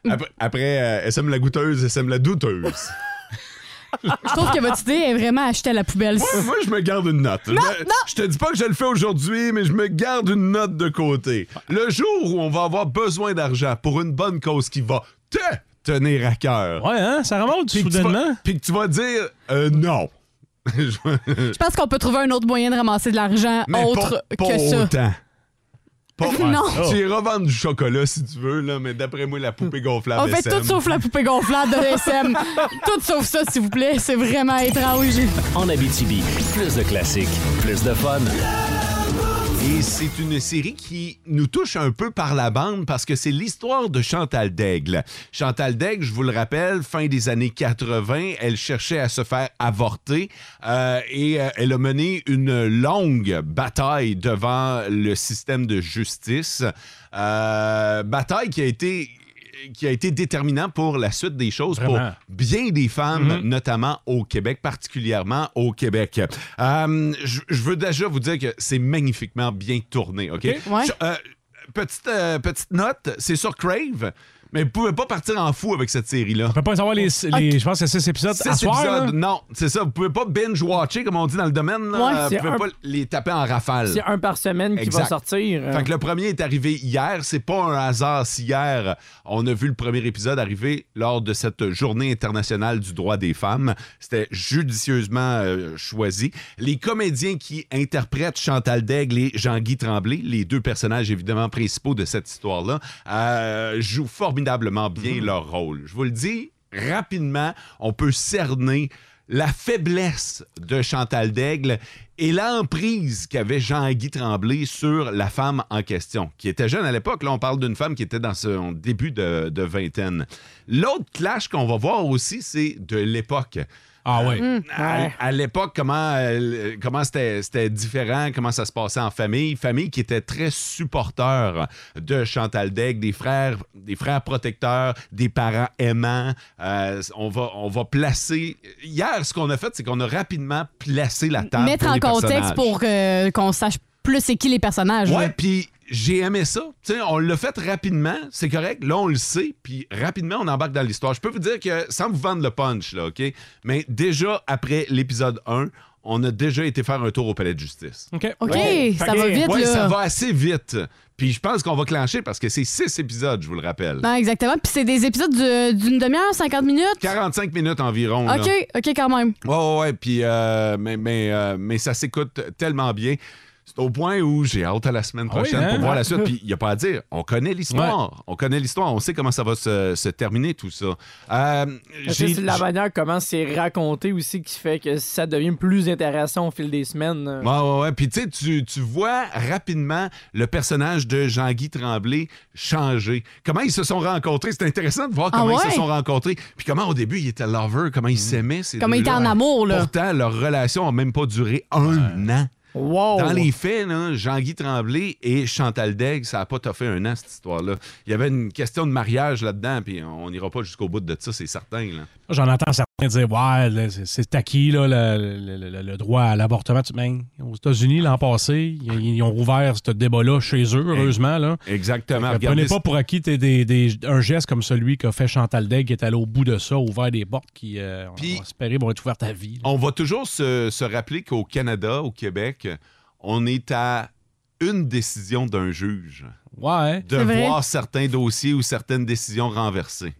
C: Après, après, euh, SM la goûteuse, SM la douteuse.
D: Je trouve que votre idée est vraiment achetée à la
E: (laughs)
D: poubelle.
C: Moi, moi, je me garde une note.
D: Non,
C: je, me- je te dis pas que je le fais aujourd'hui, mais je me garde une note de côté. Le jour où on va avoir besoin d'argent pour une bonne cause qui va te tenir à cœur.
E: Ouais, hein? Ça remonte
C: soudainement. Puis que tu vas dire euh, non. (laughs) Je-
D: Je pense qu'on peut trouver un autre moyen de ramasser de l'argent
C: mais
D: autre
C: pas, pas
D: que ça.
C: autant. Pas-
D: (laughs) Non.
C: Tu iras vendre du chocolat si tu veux, là, mais d'après moi, la poupée gonflable.
D: On fait
C: SM.
D: tout sauf la poupée gonflable de
C: (laughs)
D: SM. tout sauf ça, s'il vous plaît. C'est vraiment étrange.
B: En Abitibi, plus de classiques, plus de fun.
C: Et c'est une série qui nous touche un peu par la bande parce que c'est l'histoire de Chantal Daigle. Chantal Daigle, je vous le rappelle, fin des années 80, elle cherchait à se faire avorter euh, et euh, elle a mené une longue bataille devant le système de justice. Euh, bataille qui a été qui a été déterminant pour la suite des choses
E: Vraiment.
C: pour bien des
E: Mhm.
C: femmes, notamment au Québec, particulièrement au Québec. Euh, je je veux déjà vous dire que c'est magnifiquement bien tourné, OK?
E: OK, ouais.
C: Je- euh, petite, euh, petite note, c'est sur Crave, mais vous pouvez pas partir en fou avec cette série-là.
E: On peut pas savoir les, les- je pense que c'est 6 épisodes
C: Six
E: à soir. là.
C: épisodes, non, c'est ça. Vous pouvez pas binge-watcher, comme on dit dans le domaine. là.
F: Ouais,
C: Euh,
F: c'est
C: vous pouvez
F: un-
C: pas les taper en rafale.
F: C'est un par semaine qui va
C: Exact.
F: sortir. euh.
C: Fait que le premier est arrivé hier. C'est pas un hasard si hier, on a vu le premier épisode arriver lors de cette journée internationale du droit des femmes. C'était judicieusement euh, choisi. Les comédiens qui interprètent Chantal Daigle et Jean-Guy Tremblay, les deux personnages évidemment principaux de cette histoire-là, euh, jouent formidablement bien
F: Mhm.
C: leur rôle. Je vous le dis, rapidement, on peut cerner la faiblesse de Chantal Daigle et l'emprise qu'avait Jean-Guy Tremblay sur la femme en question, qui était jeune à l'époque. Là, on parle d'une femme qui était dans son début de, de vingtaine. L'autre clash qu'on va voir aussi, c'est de l'époque. Euh,
E: Ah
C: oui.
E: ouais.
C: À, à l'époque, comment euh, comment c'était c'était différent, comment ça se passait en famille. Famille qui était très supporteur de Chantal Daigle, des frères, des frères protecteurs, des parents aimants. Euh, on, va, on va placer... Hier, ce qu'on a fait, c'est qu'on a rapidement placé la table
D: Mettre
C: pour
D: en
C: les
D: contexte
C: personnages.
D: pour euh, qu'on sache plus c'est qui les personnages.
C: Ouais,
D: là.
C: puis j'ai aimé ça. Tu sais, on l'a fait rapidement, c'est correct. Là, on le sait, puis rapidement, on embarque dans l'histoire. Je peux vous dire que, sans vous vendre le punch, là, OK? Mais déjà, après l'épisode 1, on a déjà été faire un tour au palais de justice.
E: OK.
D: OK, ça va vite,
C: Ouais,
D: là.
C: ça va assez vite. Puis je pense qu'on va clencher parce que c'est six épisodes, je vous le rappelle.
D: Non, exactement. Puis c'est des épisodes du- d'une demi-heure, 50 minutes.
C: 45 minutes environ. là.
D: OK, OK, quand même.
C: Ouais, ouais, ouais. Puis, euh, mais, mais, euh, mais ça s'écoute tellement bien. C'est au point où j'ai hâte à la semaine
E: Ah oui,
C: prochaine
E: hein?
C: pour
E: (laughs)
C: voir la suite. Puis, il n'y a pas à dire. On connaît l'histoire. On connaît l'histoire. On sait comment ça va se, se terminer, tout ça. Euh,
F: Parce que
C: j'ai-
F: C'est la
C: j'ai-
F: manière comment c'est raconté aussi qui fait que ça devient plus intéressant au fil des semaines.
C: Ouais, ouais, ouais. Puis tu sais, tu- tu vois rapidement le personnage de Jean-Guy Tremblay changer. Comment ils se sont rencontrés. C'est intéressant de voir
D: Ah
C: comment ils
D: ouais?
C: se sont rencontrés. Puis comment au début, ils étaient lovers, comment ils
E: Mm.
C: s'aimaient. ces
D: Comment ils
C: deux-là.
D: étaient en amour, là.
C: Pourtant, leur relation n'a même pas duré un an.
J: Oh.
C: Dans les faits, là, Jean-Guy Tremblay et Chantal Daigle, ça n'a pas toffé un an, cette histoire-là. Il y avait une question de mariage là-dedans, puis on n'ira pas jusqu'au bout de ça, c'est certain. là.
E: J'en entends certains dire Ouais, là, c'est- c'est acquis là, le, le- le- le droit à l'avortement. Tu- Ben, aux États-Unis, l'an passé, ils, ils ont rouvert ce débat-là chez eux, heureusement. Là.
C: Exactement.
E: Fait que
C: Regardez
E: Prenez pas pour acquis t'es des, des- un geste comme celui qu'a fait Chantal Degg, qui est allé au bout de ça, ouvert des portes qui, euh, on espérait, vont être ouvertes à vie.
C: On va toujours se, se rappeler qu'au Canada, au Québec, on est à une décision d'un juge
E: Ouais. hein.
C: de
E: C'est vrai.
C: voir certains dossiers ou certaines décisions renversées.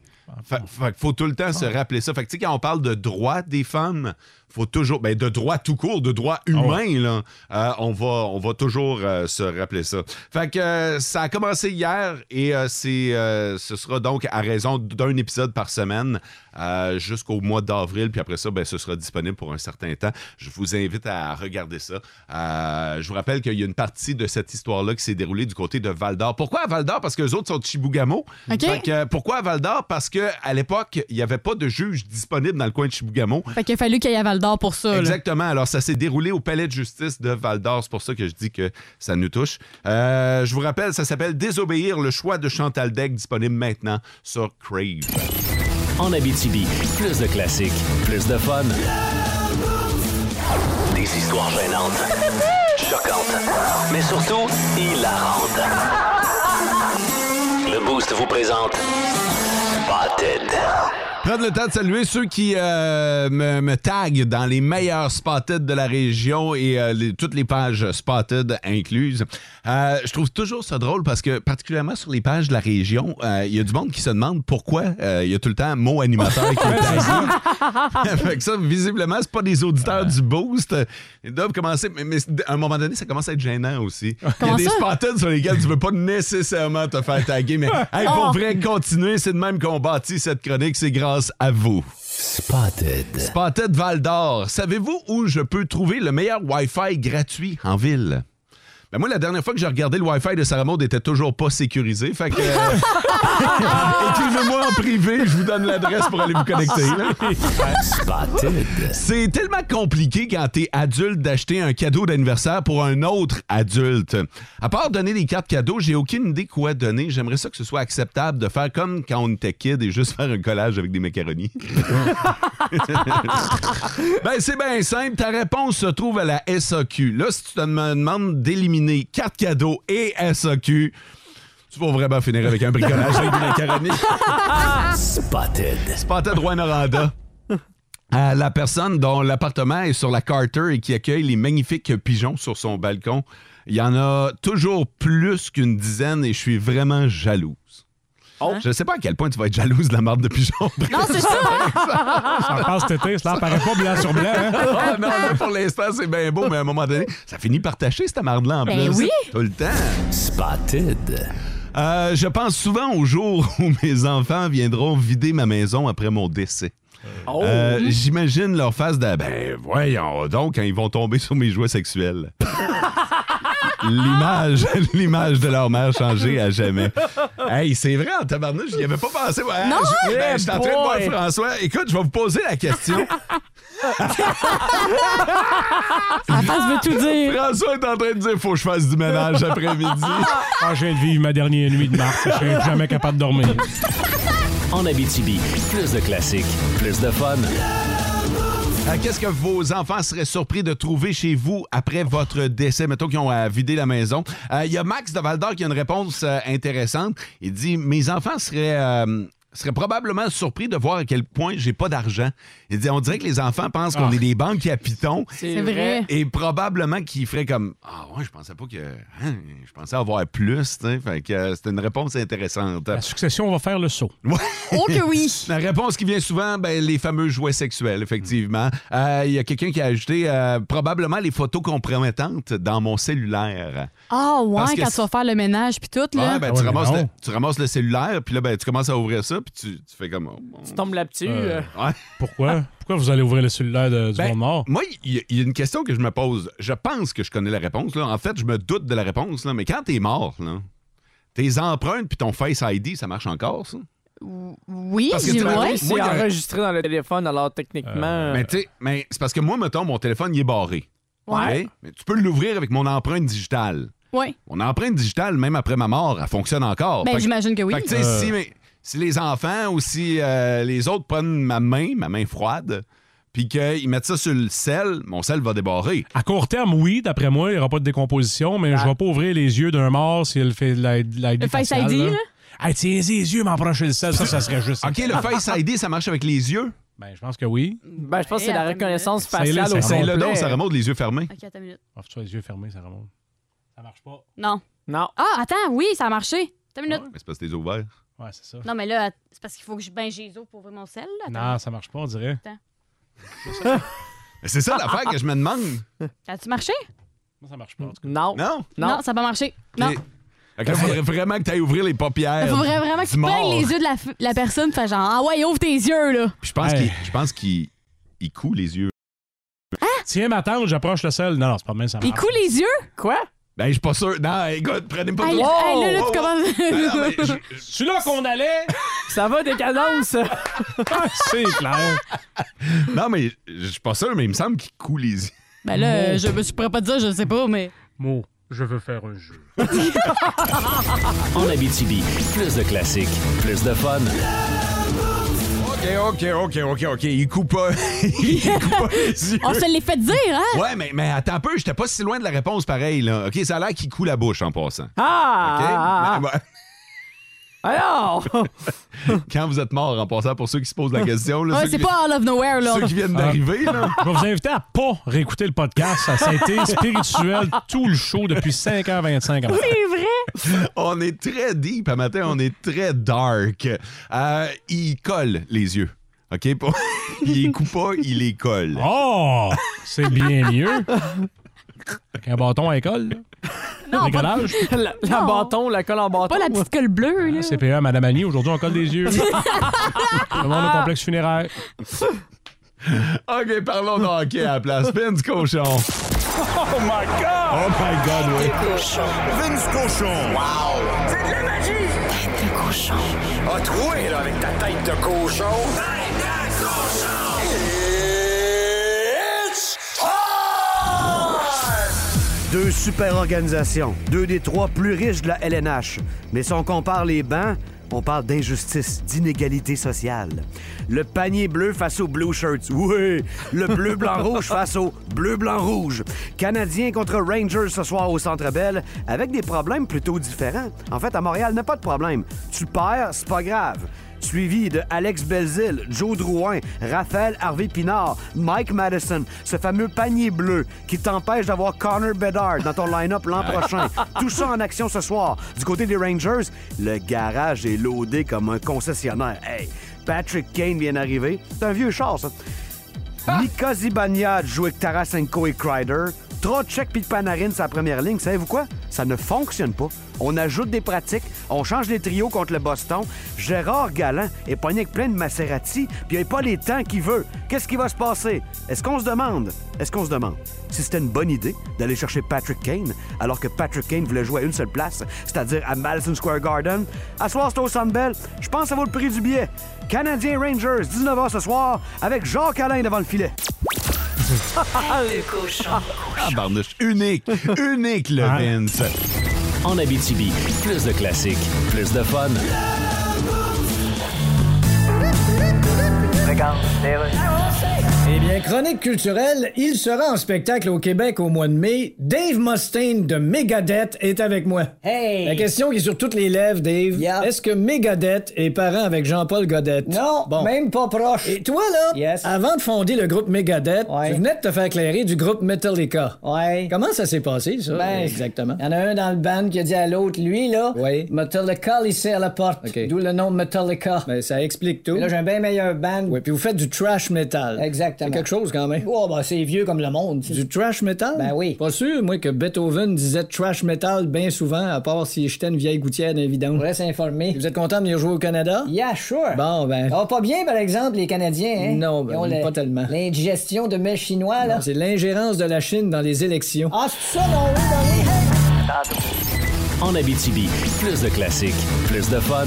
C: Fait, fait que faut tout le temps se rappeler ça. Fait que, tu sais, quand on parle de droit des femmes, faut toujours. Ben, de droit tout court, de droit
E: Ah
C: humain, là, euh, on, va, on va toujours euh, se rappeler ça. Fait que euh, ça a commencé hier et euh, c'est, euh, ce sera donc à raison d'un épisode par semaine euh, jusqu'au mois d'avril. Puis après ça, ben, ce sera disponible pour un certain temps. Je vous invite à regarder ça. Euh, je vous rappelle qu'il y a une partie de cette histoire-là qui s'est déroulée du côté de Val d'Or. Pourquoi à Val d'Or? Parce que les autres sont de Chibougamau.
D: OK.
C: Fait que, euh, pourquoi à Val d'Or? Parce qu'à l'époque, il n'y avait pas de juge disponible dans le coin de Chibougamau.
D: Fait qu'il a fallu qu'il y ait Val d'Or pour ça. là.
C: Exactement. Alors, ça s'est déroulé au palais de justice de Val d'Or. C'est pour ça que je dis que ça nous touche. Euh, je vous rappelle, ça s'appelle Désobéir, le choix de Chantal Degg, disponible maintenant sur Crave.
B: En Abitibi, plus de classiques, plus de fun. Des histoires gênantes, choquantes, mais surtout hilarantes. Le Boost vous présente Spotted.
C: Prendre le temps de saluer ceux qui euh, me, me taguent dans les meilleurs spotted de la région et euh, les- toutes les pages spotted incluses. Euh, je trouve toujours ça drôle parce que, particulièrement sur les pages de la région, euh, il y a du monde qui se demande pourquoi euh, il y a tout le temps mot
D: (laughs)
C: animateur qui est tagué.
N: Ah.
C: (laughs) fait que ça, visiblement, c'est pas des auditeurs du boost. Ils doivent commencer. Mais, mais à un moment donné, ça commence à être gênant aussi. Il y a
N: Comment
C: des
N: ça?
C: spotted sur lesquels tu veux pas nécessairement te faire
N: (laughs)
C: taguer. Mais hey, pour
N: Oh.
C: vrai, continuez. C'est de même qu'on bâtit cette chronique. C'est grâce à vous.
B: Spotted.
C: Spotted Val d'Or. Savez-vous où je peux trouver le meilleur Wi-Fi gratuit en ville? Ben moi, la dernière fois que j'ai regardé le Wi-Fi de Sarah Maud était toujours pas sécurisé.
N: (laughs)
C: Fait que. euh, (laughs) Écrivez-moi en privé, je vous donne l'adresse pour aller vous connecter. là. C'est tellement compliqué quand t'es adulte d'acheter un cadeau d'anniversaire pour un autre adulte. À part donner des cartes cadeaux, j'ai aucune idée quoi donner. J'aimerais ça que ce soit acceptable de faire comme quand on était kid et juste (laughs) faire un collage avec des macaronis. ben, c'est bien simple. Ta réponse se trouve à la SAQ. Là, si tu te dem- demandes d'éliminer carte cadeau et SAQ, tu vas vraiment finir avec un bricolage avec des macaronis.
B: Spotted.
C: Spotted Rwanda. À la personne dont l'appartement est sur la Carter et qui accueille les magnifiques pigeons sur son balcon, il y en a toujours plus qu'une dizaine et je suis vraiment jalouse. Je ne sais pas à quel point tu vas être jalouse de la marde de pigeons.
D: Hein? Non, c'est
C: (laughs)
D: ça!
E: (laughs) Ça passe cet été, ça en paraît pas blanc sur blanc. hein?
C: Ah, non, là, pour l'instant, c'est bien beau, mais à un moment donné, ça finit par tâcher, cette marde-là, en
E: Ben
C: plus.
E: oui.
C: Tout le temps. Spotted. je pense souvent au jour (laughs) où mes enfants viendront vider ma maison après mon décès. Euh, J'imagine leur face de ben voyons donc quand ils vont tomber sur mes jouets sexuels. L'image, (laughs) l'image de leur mère changée à jamais. Hey, c'est vrai, en tabarnouche, j'y avais pas pensé. Ouais,
N: Non?
C: je, ben,
N: Eh
C: je suis en train de voir
N: boy.
C: François. Écoute, je vais vous poser la question.
E: veut tout dire.
C: François est en train de dire faut que je fasse du ménage après-midi.
E: Ah, je viens de vivre ma dernière nuit de mars. Je serai jamais capable de dormir.
B: En Abitibi, plus de classiques, plus de fun.
C: Euh, Qu'est-ce que vos enfants seraient surpris de trouver chez vous après votre décès? Mettons qu'ils ont à vider la maison. Euh, Il y a Max de Val-d'Or qui a une réponse euh, intéressante. Il dit Mes enfants seraient. euh, seraient probablement surpris de voir à quel point j'ai pas d'argent. Il dit, on dirait que les enfants pensent qu'on
E: Ah.
C: est des banques à pitons.
E: C'est C'est vrai. vrai.
C: Et probablement qu'ils feraient comme, ah ouais, je pensais pas que, hein, je pensais avoir plus, tu sais. Fait que euh, c'est une réponse intéressante.
E: La succession va faire le saut.
C: (laughs)
D: Oh que oui!
C: La réponse qui vient souvent, ben, les fameux jouets sexuels, effectivement. Euh, Il y a quelqu'un qui a ajouté euh, probablement les photos compromettantes dans mon cellulaire.
D: Ah
C: Parce
D: ouais,
C: que
D: quand
C: c'est-
D: tu vas faire le ménage puis tout, là.
C: Ouais,
E: Ah
C: ben, tu, ramasses le, tu ramasses le cellulaire, puis là, ben, tu commences à ouvrir ça, puis tu, tu fais comme... oh, mon-
F: Tu tombes là-dessus. euh.
C: Ouais.
E: Pourquoi? Pourquoi vous allez ouvrir le cellulaire de, du
C: Ben,
E: monde mort?
C: Moi, il y, il y a une question que je me pose. Je pense que je connais la réponse. Là. En fait, je me doute de la réponse, là. mais quand t'es mort, là, tes empreintes puis ton Face ID, ça marche encore, ça?
D: Oui,
C: Parce que tu m'as
D: ouais.
C: dit,
F: C'est
C: moi, quand-
F: enregistré dans le téléphone, alors techniquement.
C: Euh,
E: euh,
C: Mais tu sais, mais c'est parce que moi, mettons, mon téléphone, il est barré.
F: Ouais.
C: OK? Mais tu peux l'ouvrir avec mon empreinte digitale.
D: Ouais.
C: Mon empreinte digitale, même après ma mort, elle fonctionne encore.
D: Ben,
C: Fait
D: j'imagine que oui.
C: Fait tu sais,
E: Euh.
C: si, mes- si les enfants ou si euh, les autres prennent ma main, ma main froide, puis qu'ils mettent ça sur le sel, mon sel va débarrer.
E: À court terme, oui, d'après moi, il n'y aura pas de décomposition, mais je ne vais pas ouvrir les yeux d'un mort s'il fait de la, de la
D: Le Face
E: faciale,
D: ID, là.
E: Hey, tiens les yeux, m'approcher le sel, ça, ça serait juste.
C: OK, le
E: (laughs)
C: Face ID, ça marche avec les yeux?
E: Ben, je pense que oui.
F: Ben, je pense que c'est la reconnaissance
E: C'est là,
F: faciale
E: c'est-
F: au
E: c'est
C: Le don,
F: complet.
C: ça remonte les yeux fermés.
D: Ok, attends une minute.
E: Ah, tu as les yeux fermés, ça remonte. Ça marche pas.
D: Non.
F: Non.
D: Ah, attends, oui, ça a marché. Attends une minute.
C: Mais c'est parce que t'es ouvert.
E: Ouais, c'est ça.
D: Non, mais là, c'est parce qu'il faut que je bain Jésus pour ouvrir mon sel. Là.
E: Non, ça marche pas, on dirait.
C: (laughs) Mais C'est ça l'affaire que je me demande.
D: Attends. As-tu marché?
E: Moi, ça marche pas. en tout cas.
F: Non.
C: Non?
D: Non, ça n'a pas marché. Non.
C: Ok. Fait que là, faudrait vraiment que tu ailles ouvrir les paupières.
D: Il faudrait vraiment
C: du
D: que tu peignes
C: mort.
D: les yeux de la, f- la personne, fais genre, ah ouais, ouvre tes yeux, là.
C: Je pense
E: Hey.
C: qu'il je pense qu'il il coule les yeux.
E: Tiens, ma tante, j'approche le sel. Non, non, c'est pas mal, ça
D: Hein? Il
E: marche.
D: coule les yeux?
F: Quoi?
C: Ben, je suis pas sûr. Non, écoute, prenez pas
D: Hey,
C: de
D: là,
C: Oh,
D: hey, là, là,
C: oh,
D: tu
C: oh. Non, non, mais
D: commences. (laughs)
C: je- je-
E: C'est là qu'on allait.
F: (laughs) Ça va des cadences?
E: Ah, c'est clair.
C: Non, mais je- je suis pas sûr, mais il me semble qu'il coule les yeux.
D: ben là, je, je pourrais pas te dire, je sais pas,
C: (laughs)
D: mais.
E: Mo, je veux faire un jeu.
B: En Abitibi, plus de classiques, plus de fun.
C: OK, OK, OK, OK, OK. Il coupe pas. (laughs) il coupe pas les yeux.
D: On se l'est fait dire, hein?
C: Ouais, mais, mais attends un peu, j'étais pas si loin de la réponse pareil, là. OK, ça a l'air qu'il coule la bouche en passant. OK?
F: Ah!
C: Mais- mais-
F: Alors!
C: (laughs) quand vous êtes mort en passant, pour ceux qui se posent la question, là,
D: Ouais,
C: ceux,
D: c'est
C: qui,
D: pas out of nowhere, là.
C: ceux qui viennent d'arriver, là.
E: (laughs) Je vais vous inviter à pas réécouter le podcast. Ça, ça a été spirituel tout le show depuis 5h25. (laughs) en fait.
D: C'est vrai?
C: On est très deep à matin, on est très dark. Euh, il colle les yeux. OK? Pour- (laughs) il les coupe pas, il les colle.
E: Oh! C'est bien mieux. Avec un bâton à école, là.
D: Non, pas,
E: Bricolage.
F: (laughs) la, la
D: Non.
F: bâton, la colle en bâton.
D: pas la petite colle bleue, là.
E: CPE, E Madame Annie, aujourd'hui, on colle des
F: (laughs)
E: yeux. Le monde au complexe funéraire.
C: OK, parlons de hockey à la place. Vince Cochon. Oh my God! Oh my God, oui.
J: Tête de cochon.
B: Ah, troué, là, avec ta tête de cochon.
N: Deux super organisations, deux des trois plus riches de la LNH. Mais si on compare les bancs, on parle d'injustice, d'inégalité sociale. Le panier bleu face aux blue shirts, oui. Le bleu blanc rouge face aux bleu blanc rouge. Canadiens contre Rangers ce soir au Centre Bell avec des problèmes plutôt différents. En fait, à Montréal, n'a pas de problème. Tu perds, c'est pas grave suivi de Alex Belzil, Joe Drouin, Raphaël Harvey Pinard, Mike Madison, ce fameux panier bleu qui t'empêche d'avoir Connor Bedard dans ton line-up l'an prochain. Tout ça en action ce soir. Du côté des Rangers, le garage est loadé comme un concessionnaire. Hey, Patrick Kane vient d'arriver. C'est un vieux char, ça. Ah! Mika Zibanejad joue avec Tarasenko et Kreider. Trocheck puis Panarin sa première ligne. Savez-vous quoi? Ça ne fonctionne pas. On ajoute des pratiques, on change les trios contre le Boston. Gérard Galland est pogné avec plein de Maserati, puis il n'a pas les temps qu'il veut. Qu'est-ce qui va se passer? Est-ce qu'on se demande? Est-ce qu'on se demande si c'était une bonne idée d'aller chercher Patrick Kane alors que Patrick Kane voulait jouer à une seule place, c'est-à-dire à Madison Square Garden? À soir, c'est au Sandbell. Je pense que ça vaut le prix du billet. Canadien Rangers, 19h ce soir, avec Jacques Alain devant le filet.
J: (laughs) Tête de cochon.
C: Ah, barnouche. Unique. (laughs) Unique, le Vince.
B: En Abitibi, plus de classiques, plus de fun.
O: Eh bien,
I: Bien, chronique culturelle, il sera en spectacle au Québec au mois de mai. Dave Mustaine de Megadeth est avec moi.
O: Hey!
I: La question qui est sur toutes les lèvres, Dave.
O: Yeah.
I: Est-ce que Megadeth est parent avec Jean-Paul Godette?
O: Non, même pas proche.
I: Et toi, là,
O: Yes.
I: avant de fonder le groupe Megadeth,
O: Ouais.
I: tu venais de te faire éclairer du groupe Metallica.
O: Ouais.
I: Comment ça s'est passé, ça,
O: Ben,
I: exactement?
O: Il y en a un dans le band qui a dit à l'autre, lui, là,
I: Oui.
O: Metallica, il sert la porte.
I: OK.
O: D'où le nom de Metallica.
I: Ben, ça explique tout.
O: Là, j'ai un bien meilleur band.
I: Oui, puis vous faites du trash metal.
O: Exactement.
I: C'est quelque chose quand même.
O: Oh, ben, c'est vieux comme le monde.
I: Du trash metal?
O: Ben oui.
I: Pas sûr, moi, que Beethoven disait trash metal bien souvent, à part si j'étais une vieille gouttière d'un
O: On
I: vidange.
O: pourrait s'informer.
I: Vous êtes content de venir jouer au Canada?
O: Yeah, sure.
I: Bon, ben.
O: Ah, pas bien, par exemple, les Canadiens, hein?
I: Non, ben,
O: Ils ont le-
I: pas tellement.
O: L'indigestion de mets chinois, là.
I: non, C'est l'ingérence de la Chine dans les élections.
O: ah, c'est ça, non? oui, dans les-
B: En Abitibi, plus de classiques, plus de fun.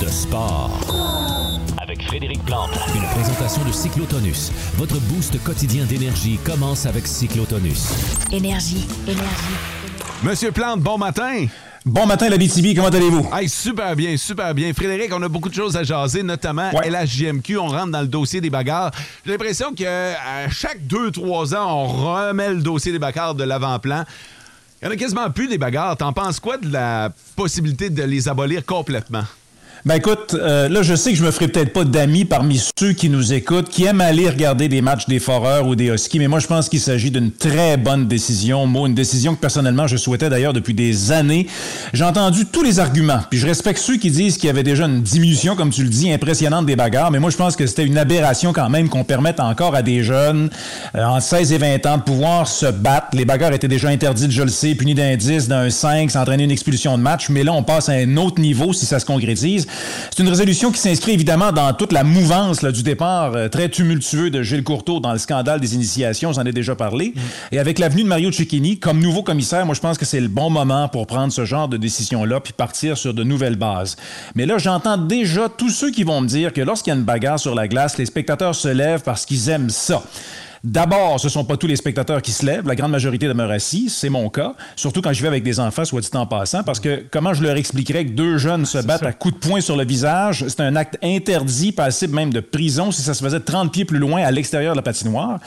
P: De sport.
B: Avec Frédéric Plante.
P: Une présentation de Cyclotonus. Votre boost quotidien d'énergie commence avec Cyclotonus.
J: Énergie, énergie.
C: Monsieur Plante, bon matin.
K: Bon matin, la BTV, comment allez-vous?
C: Hey, super bien, super bien. Frédéric, on a beaucoup de choses à jaser, notamment LHJMQ. On rentre dans le dossier des bagarres. J'ai l'impression que à chaque 2-3 ans, on remet le dossier des bagarres de l'avant-plan. Il y en a quasiment plus des bagarres. T'en penses quoi de la possibilité de les abolir complètement?
K: Ben écoute, euh, là, je sais que je me ferai peut-être pas d'amis parmi ceux qui nous écoutent, qui aiment aller regarder des matchs des Foreurs ou des Huskies, mais moi, je pense qu'il s'agit d'une très bonne décision, moi, une décision que personnellement, je souhaitais d'ailleurs depuis des années. J'ai entendu tous les arguments, puis je respecte ceux qui disent qu'il y avait déjà une diminution, comme tu le dis, impressionnante des bagarres, mais moi, je pense que c'était une aberration quand même qu'on permette encore à des jeunes euh, entre 16 et 20 ans de pouvoir se battre. Les bagarres étaient déjà interdites, je le sais, punies d'un 10, d'un 5, s'entraîner une expulsion de match, mais là, on passe à un autre niveau si ça se concrétise. C'est une résolution qui s'inscrit évidemment dans toute la mouvance là, du départ euh, très tumultueux de Gilles Courteau dans le scandale des initiations, j'en ai déjà parlé. Et avec l'avenue de Mario Cecchini, comme nouveau commissaire, moi je pense que c'est le bon moment pour prendre ce genre de décision-là puis partir sur de nouvelles bases. Mais là, j'entends déjà tous ceux qui vont me dire que lorsqu'il y a une bagarre sur la glace, les spectateurs se lèvent parce qu'ils aiment ça. D'abord, ce ne sont pas tous les spectateurs qui se lèvent. La grande majorité demeure assis. C'est mon cas. Surtout quand je vais avec des enfants, soit dit en passant, parce que comment je leur expliquerais que deux jeunes se battent à coups de poing sur le visage? C'est un acte interdit, passible même de prison si ça se faisait 30 pieds plus loin à l'extérieur de la patinoire.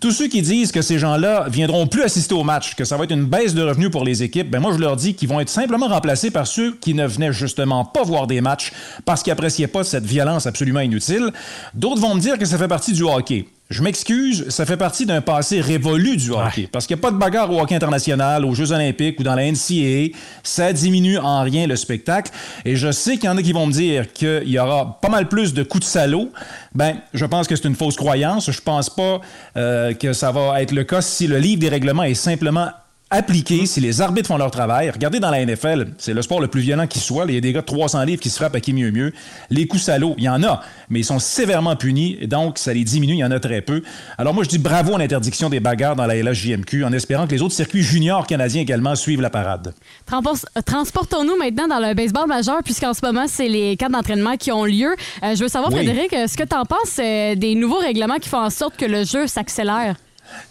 K: Tous ceux qui disent que ces gens-là viendront plus assister au match, que ça va être une baisse de revenus pour les équipes, ben moi, je leur dis qu'ils vont être simplement remplacés par ceux qui ne venaient justement pas voir des matchs parce qu'ils n'appréciaient pas cette violence absolument inutile. D'autres vont me dire que ça fait partie du hockey. Je m'excuse, ça fait partie d'un passé révolu du hockey. Parce qu'il n'y a pas de bagarre au hockey international, aux Jeux olympiques ou dans la NCAA. Ça diminue en rien le spectacle. Et je sais qu'il y en a qui vont me dire qu'il y aura pas mal plus de coups de salaud. Ben, je pense que c'est une fausse croyance. Je pense pas euh, que ça va être le cas si le livre des règlements est simplement appliqué, si les arbitres font leur travail. Regardez dans la NFL, c'est le sport le plus violent qui soit. Il y a des gars de 300 livres qui se frappent à qui mieux mieux. Les coups salauds, il y en a, mais ils sont sévèrement punis, et donc ça les diminue, il y en a très peu. Alors moi, je dis bravo à l'interdiction des bagarres dans la LHJMQ, en espérant que les autres circuits juniors canadiens également suivent la parade.
D: Transpor- euh, Transportons-nous maintenant dans le baseball majeur, puisqu'en ce moment, c'est les camps d'entraînement qui ont lieu. Euh, je veux savoir,
K: Oui.
D: Frédéric, euh, ce que tu en penses euh, des nouveaux règlements qui font en sorte que le jeu s'accélère?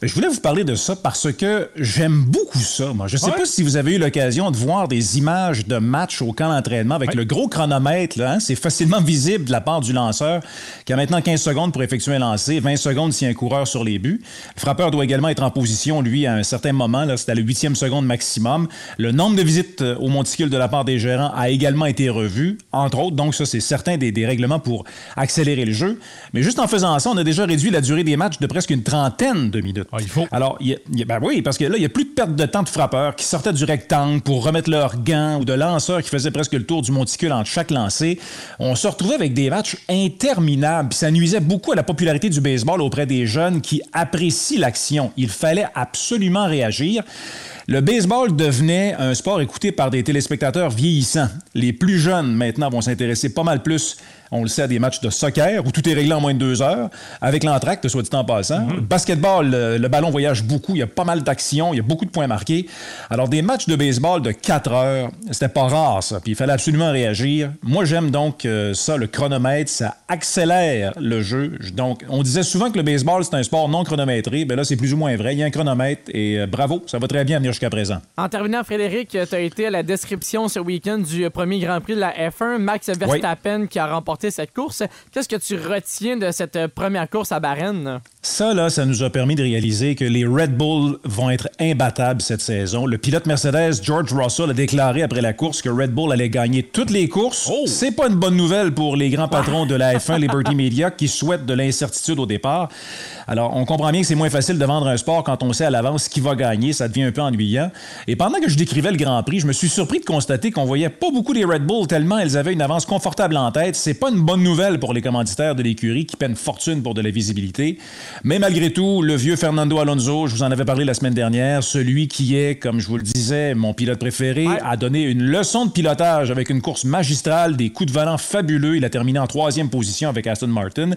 K: Je voulais vous parler de ça parce que j'aime beaucoup ça, moi. Je sais pas si vous avez eu l'occasion de voir des images de matchs au camp d'entraînement avec le gros chronomètre. là, hein. C'est facilement visible de la part du lanceur qui a maintenant 15 secondes pour effectuer un lancer, 20 secondes si un coureur sur les buts. Le frappeur doit également être en position, lui, à un certain moment. là, C'est à la huitième seconde maximum. Le nombre de visites euh, au monticule de la part des gérants a également été revu, entre autres. Donc, ça, c'est certain des, des règlements pour accélérer le jeu. Mais juste en faisant ça, on a déjà réduit la durée des matchs de presque une trentaine de minutes. Ah, il faut. Alors, il y a- il y a- ben oui, parce que là, il n'y a plus de perte de temps de frappeurs qui sortaient du rectangle pour remettre leurs gants ou de lanceurs qui faisaient presque le tour du monticule entre chaque lancé. On se retrouvait avec des matchs interminables. puis Ça nuisait beaucoup à la popularité du baseball auprès des jeunes qui apprécient l'action. Il fallait absolument réagir. Le baseball devenait un sport écouté par des téléspectateurs vieillissants. Les plus jeunes, maintenant, vont s'intéresser pas mal plus, on le sait, à des matchs de soccer où tout est réglé en moins de deux heures, avec l'entracte, soit dit en passant. Le Basketball, le, le ballon voyage beaucoup, il y a pas mal d'actions, il y a beaucoup de points marqués. Alors, des matchs de baseball de quatre heures, c'était pas rare, ça. Puis il fallait absolument réagir. Moi, j'aime donc euh, ça, le chronomètre, ça accélère le jeu. Je- Donc, on disait souvent que le baseball, c'est un sport non chronométré. Ben là, c'est plus ou moins vrai. Il y a un chronomètre et euh, bravo, ça va très bien à venir jusqu'à présent.
F: En terminant, Frédéric, tu as été à la description ce week-end du premier Grand Prix de la F1. Max Verstappen qui a remporté remporté cette course. Qu'est-ce que tu retiens de cette euh, première course à Bahreïn?
K: Ça, là, ça nous a permis de réaliser que les Red Bull vont être imbattables cette saison. Le pilote Mercedes, George Russell, a déclaré après la course que Red Bull allait gagner toutes les courses. C'est pas une bonne nouvelle pour les grands patrons de la F1 Liberty Media qui souhaitent de l'incertitude au départ. Alors, on comprend bien que c'est moins facile de vendre un sport quand on sait à l'avance qui va gagner. Ça devient un peu ennuyant. Et pendant que je décrivais le Grand Prix, je me suis surpris de constater qu'on voyait pas beaucoup les Red Bull tellement elles avaient une avance confortable en tête. C'est pas une bonne nouvelle pour les commanditaires de l'écurie qui peinent fortune pour de la visibilité. Mais malgré tout, le vieux Fernando Alonso, je vous en avais parlé la semaine dernière, celui qui est, comme je vous le disais, mon pilote préféré, a donné une leçon de pilotage avec une course magistrale, des coups de volant fabuleux. Il a terminé en troisième position avec Aston Martin.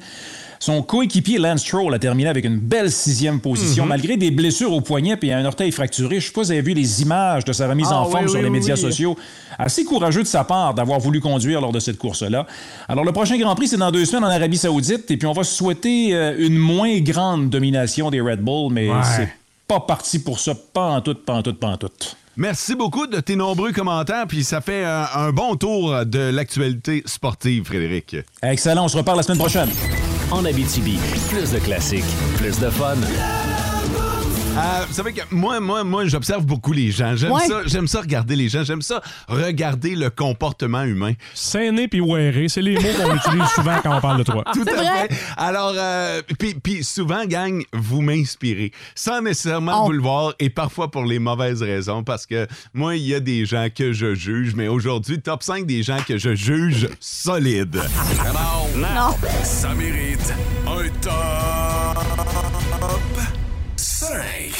K: Son coéquipier Lance Stroll a terminé avec une belle sixième position,
Q: Mhm.
K: malgré des blessures au poignet et un orteil fracturé. Je sais pas si vous avez vu les images de sa remise
Q: Ah,
K: en
Q: oui,
K: forme sur
Q: oui,
K: les
Q: oui,
K: médias
Q: oui.
K: sociaux. Assez courageux de sa part d'avoir voulu conduire lors de cette course-là. Alors, le prochain Grand Prix, c'est dans deux semaines en Arabie Saoudite. Et puis, on va souhaiter euh, une moins grande domination des Red Bull, mais
C: Ouais.
K: c'est pas parti pour ça. Pas en tout, pas en tout, pas en tout.
C: Merci beaucoup de tes nombreux commentaires, puis ça fait un, un bon tour de l'actualité sportive, Frédéric.
K: Excellent, on se reparle la semaine prochaine.
C: En Abitibi, plus de classiques, plus de fun. Euh, vous savez que moi, moi, moi, j'observe beaucoup les gens. J'aime
E: Ouais.
C: ça, j'aime ça regarder les gens. J'aime ça regarder le comportement humain.
E: Sainer puis wearer, c'est les mots qu'on utilise
C: (laughs)
E: souvent quand on parle de toi.
C: Tout à fait. Alors, euh, puis- puis souvent, gang, vous m'inspirez. Sans nécessairement vous le voir et parfois pour les mauvaises raisons, parce que moi, il y a des gens que je juge, mais aujourd'hui, top 5 des gens que je juge solide.
Q: Non. Ça mérite un top 5.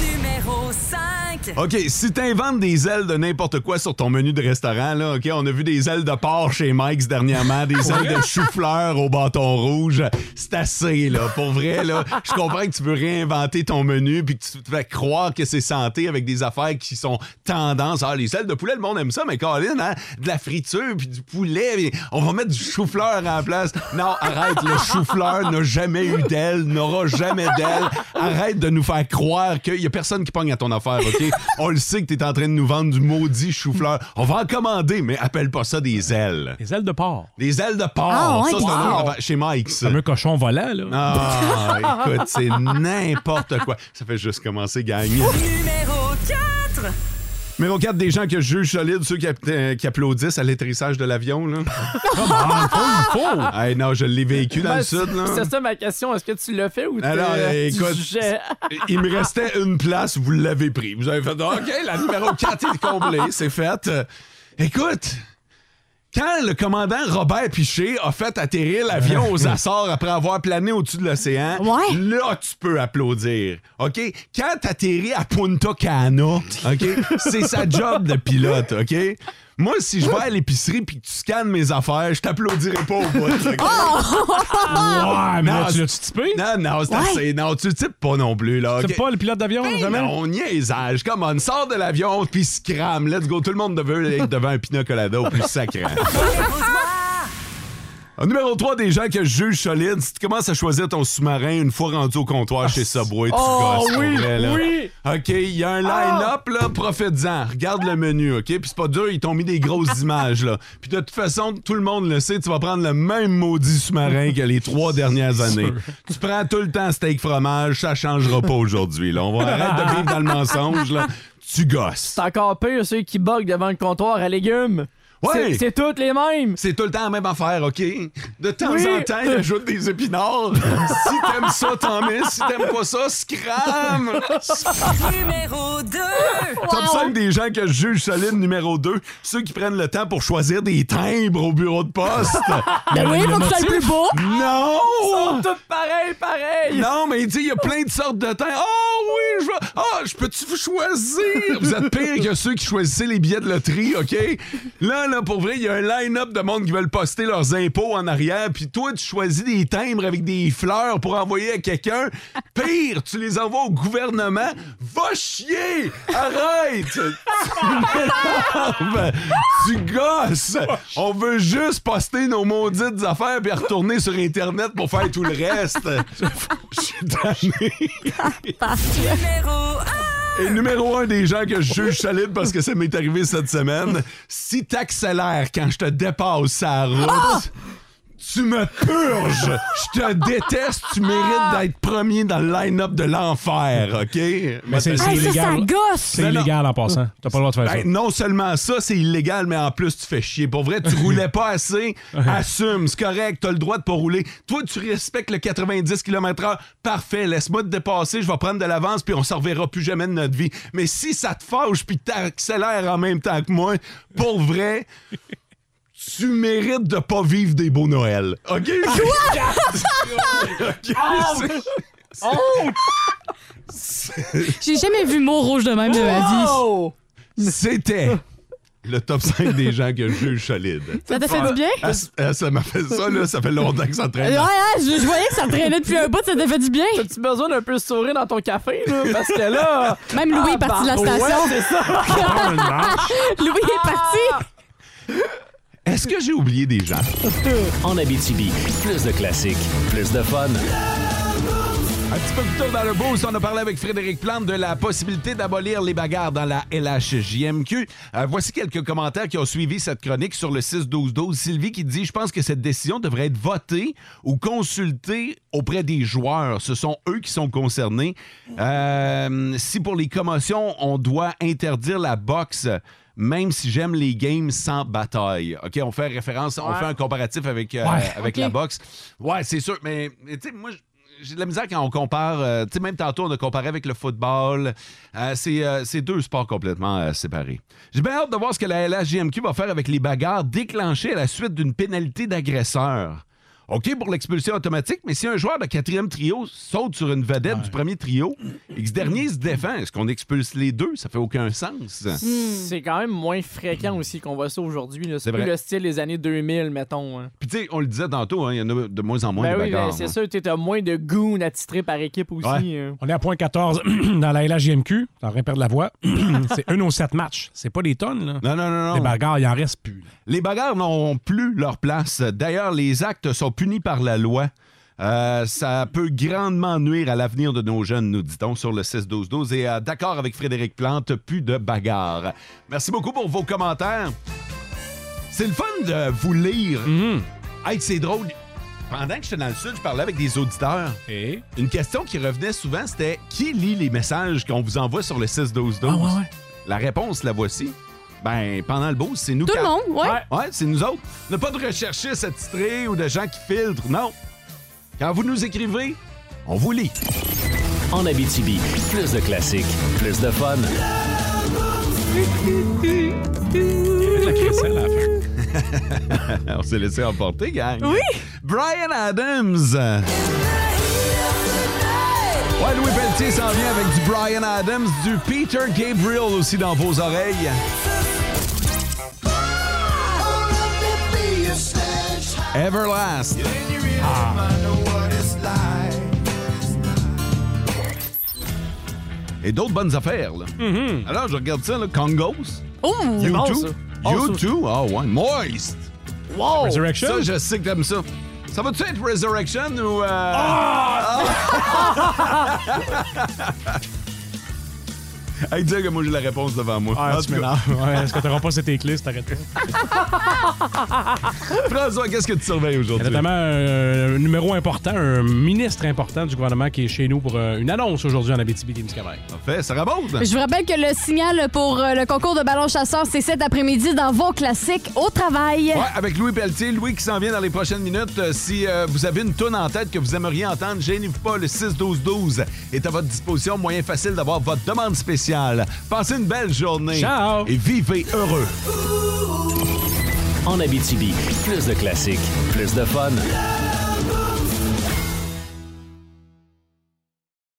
J: Numéro 5.
C: OK, si t'inventes des ailes de n'importe quoi sur ton menu de restaurant, là, OK, on a vu des ailes de porc chez Mike's dernièrement, des ailes de chou-fleur au bâton rouge. C'est assez, là. Pour vrai, là, je comprends que tu veux réinventer ton menu puis que tu te fais croire que c'est santé avec des affaires qui sont tendance. Ah, les ailes de poulet, le monde aime ça, mais Colin, hein, de la friture puis du poulet, puis on va mettre du chou-fleur en place. Non, arrête, le chou-fleur n'a jamais eu d'aile, n'aura jamais d'aile. Arrête de nous faire croire qu'il y a personne qui pogne à ton affaire, OK? On le sait que t'es en train de nous vendre du maudit chou-fleur. On va en commander, mais appelle pas ça des ailes.
E: Des ailes de porc.
C: Des ailes de porc.
E: Ah, ouais,
C: ça, c'est un
E: wow.
C: autre affaire. Chez Mike, ça.
E: fameux cochon volant, là.
C: Ah, écoute, c'est n'importe quoi. Ça fait juste commencer, gang.
J: Numéro 4.
C: Numéro 4, des gens que je juge solides, ceux qui, app- euh, qui applaudissent à l'atterrissage de l'avion, là. Hey, non, je l'ai vécu dans
F: Ben,
C: le sud, là.
F: C'est ça ma question. Est-ce que tu l'as fait ou t'es-
C: Alors, euh,
F: tu
C: écoute,
F: jugeais?
C: (laughs) il me restait une place, vous l'avez pris. Vous avez fait, OK, la numéro 4 est comblée, c'est fait. Euh, écoute, quand le commandant Robert Piché a fait atterrir l'avion aux Açores après avoir plané au-dessus de l'océan, là, tu peux applaudir. OK? Quand t'atterris à Punta Cana, OK? C'est sa job de pilote, OK? Moi, si je vais à l'épicerie puis que tu scannes mes affaires, je t'applaudirai pas au bout. OK?
J: Ah,
D: Oh!
E: Ouais, mais là, tu l'as-tu
C: typé? Non, non, c'est
E: Ouais.
C: assez. Non, tu le types pas non plus, là.
E: C'est
C: OK?
E: pas le pilote d'avion,
C: Ben
E: jamais?
C: Non, niaisage. Come on, sors de l'avion, puis scram. Let's go. Tout le monde veut être devant un pina colada au plus sacré. Au Ah, Numéro 3 des gens que je juge solide, si tu commences à choisir ton sous-marin une fois rendu au comptoir chez Subway, tu
Q: Ah, Oh,
C: gosses, pour
Q: oui,
C: vrai, là.
Q: oui. Ah.
C: OK, il y a un line-up, là, profites-en. Regarde le menu, OK? Puis c'est pas dur, ils t'ont mis
Q: (laughs)
C: des grosses images, là. Puis de toute façon, tout le monde le sait, tu vas prendre le même maudit sous-marin que les trois dernières années. Tu prends tout le temps steak fromage, ça changera pas aujourd'hui, là. On va arrêter de vivre dans le mensonge, là. Tu gosses.
F: Ah, C'est encore pire ceux qui bug devant le comptoir à légumes.
C: Ouais.
F: C'est- C'est toutes les mêmes.
C: C'est tout le temps la même affaire, OK? De temps
F: Oui.
C: en temps, il ajoute
Q: (laughs)
C: des épinards. si t'aimes ça, t'en mets. Si t'aimes pas ça, scram!
J: Numéro 2.
C: Top 5 des gens que je juge solides, numéro 2, ceux qui prennent le temps pour choisir des timbres au bureau de poste.
Q: (laughs) Ben oui, faut que ça soit le plus beau.
C: Non!
Q: Ils sont
F: tous pareils, pareils!
C: Non, mais il dit, il y a plein de sortes de timbres. Oh oui, je vais... Ah, je peux-tu vous choisir? (laughs) Vous êtes pire que ceux qui choisissaient les billets de loterie, OK? Là, là, pour vrai, il y a un line-up de monde qui veulent poster leurs impôts en arrière, puis toi, tu choisis des timbres avec des fleurs pour envoyer à quelqu'un. Pire, tu les envoies au gouvernement. Va chier! Arrête! Tu m'énerves! tu gosses! On veut juste poster nos maudites affaires puis retourner sur Internet pour faire tout le reste. Je suis tanné.
J: Numéro 1.
C: Et numéro un des gens que je juge solide parce que ça m'est arrivé cette semaine, si t'accélères quand je te dépasse sa route, Tu me purges! Je te déteste, tu mérites d'être premier dans le line-up de l'enfer, OK?
E: Mais c'est c'est illégal. C'est
C: Non, non.
E: illégal en passant. T'as pas le droit de faire
C: Ben,
E: ça.
C: non seulement ça, c'est illégal, mais en plus, tu fais chier. Pour vrai,
E: (laughs)
C: tu roulais pas assez. Assume, c'est correct, t'as le droit de pas rouler. Toi, tu respectes le 90 km/h. Parfait, laisse-moi te dépasser, je vais prendre de l'avance, puis on s'en reverra plus jamais de notre vie. Mais si ça te fâche, puis t'accélères en même temps que moi, pour vrai. Tu mérites de pas vivre des beaux Noël. OK?
D: Oh,
C: OK, c'est- Oh!
D: J'ai jamais vu mot rouge de même de ma vie.
C: (laughs) C'était le top 5 des gens que je juge solide.
D: Ça t'a fait du bien?
C: Ah, c- ah, ça m'a fait ça, là. Ça fait longtemps que ça traîne.
D: Ouais, ouais, je, je voyais que ça traînait depuis un bout, ça t'a fait du bien.
F: T'as-tu besoin d'un peu de sourire dans ton café, là? Parce que là.
D: (laughs) Même Louis
F: Ah,
D: est parti de la
F: bah, ouais,
D: station.
F: c'est ça.
D: (laughs) Louis est parti.
C: Est-ce que j'ai oublié des gens?
B: En Abitibi, plus de classiques, plus de fun.
C: Un petit peu plus tôt dans le boost, on a parlé avec Frédéric Plante de la possibilité d'abolir les bagarres dans la LHJMQ. Euh, voici quelques commentaires qui ont suivi cette chronique sur le 6-12-12. Sylvie qui dit « Je pense que cette décision devrait être votée ou consultée auprès des joueurs. Ce sont eux qui sont concernés. Euh, si pour les commotions, on doit interdire la boxe, même si j'aime les games sans bataille. OK, on fait référence, on
B: Ouais.
C: fait un comparatif avec, euh,
B: Ouais,
C: avec
B: OK.
C: la boxe. Ouais, c'est sûr, mais mais tu sais, moi... je- j'ai de la misère quand on compare. euh, tu sais, même tantôt, on a comparé avec le football. Euh, c'est, euh, c'est deux sports complètement euh, séparés. J'ai bien hâte de voir ce que la LHJMQ va faire avec les bagarres déclenchées à la suite d'une pénalité d'agresseur. OK pour l'expulsion automatique, mais si un joueur de quatrième trio saute sur une vedette du premier trio et que ce dernier se défend, est-ce qu'on expulse les deux? Ça fait aucun sens.
F: Hmm. C'est quand même moins fréquent aussi qu'on voit ça aujourd'hui. là.
C: C'est
F: C'est plus
C: vrai.
F: le style des années 2000, mettons. hein.
C: Puis tu sais, on le disait tantôt, hein, il y en a de moins en moins
F: Ben
C: de
F: oui,
C: bagarres.
F: ben, c'est
C: hein.
F: sûr, t'as moins de goons attitrés par équipe aussi. hein.
E: On est à point 14 (clears throat) dans la LHJMQ. T'en rien perdre la voix. (clears throat) c'est un aux sept matchs. C'est pas des tonnes, là.
C: Non, non, non, non.
E: Les bagarres, il en reste plus.
C: Les bagarres n'ont plus leur place. D'ailleurs, les actes sont punis par la loi. Euh, ça peut grandement nuire à l'avenir de nos jeunes, nous dit-on, sur le 6-12-12. Et euh, d'accord avec Frédéric Plante, plus de bagarres. Merci beaucoup pour vos commentaires. C'est le fun de vous lire. Hey, c'est drôle. Pendant que j'étais dans le Sud, je parlais avec des auditeurs. Une question qui revenait souvent, c'était qui lit les messages qu'on vous envoie sur le 6-12-12? La réponse, la voici. Ben, pendant le beau, c'est nous
D: Tout le
C: quatre.
D: monde, ouais.
C: Ouais, c'est nous autres. On n'a pas de recherchistes attitrés ou de gens qui filtrent, non. Quand vous nous écrivez, on vous lit.
B: En Abitibi, plus de classiques, plus de fun.
C: on s'est laissé emporter, gang.
B: Oui.
C: Brian Adams. Ouais, Louis Pelletier s'en vient avec du Brian Adams, du Peter Gabriel aussi dans vos oreilles. Everlast. Ah. Et d'autres bonnes affaires, là. Alors, je regarde ça, là. Congos.
D: Oh!
E: Hmm,
C: You
D: bon,
C: too.
D: ça.
C: You
D: (laughs)
C: too. Ah, ouais. Moist.
F: Wow!
C: Resurrection? Ça, je sais que t'aimes ça. Ça va-tu être Resurrection ou. euh,
E: Ah!
C: (laughs) Hey, dis que moi, j'ai la réponse devant moi.
E: Ah,
C: En
E: tu
C: tout cas.
E: m'énerves. Ouais, Est-ce que t'auras pas cette éclisse, t'arrêtes pas?
C: (laughs) François, qu'est-ce que tu surveilles
E: Il y a
C: aujourd'hui?
E: notamment euh, un numéro important, un ministre important du gouvernement qui est chez nous pour euh, une annonce aujourd'hui en Abitibi-Témiscamingue.
C: Parfait, ça rabaude.
D: Je vous rappelle que le signal pour euh, le concours de ballon chasseur, c'est cet après-midi dans vos classiques au travail.
C: Ouais, avec Louis Pelletier. Louis qui s'en vient dans les prochaines minutes. Euh, si euh, vous avez une toune en tête que vous aimeriez entendre, gênez-vous pas. Le 6-12-12 est à votre disposition. Moyen facile d'avoir votre demande spéciale. Passez une belle journée.
B: Ciao.
C: Et vivez heureux.
B: En Abitibi, plus de classiques, plus de fun.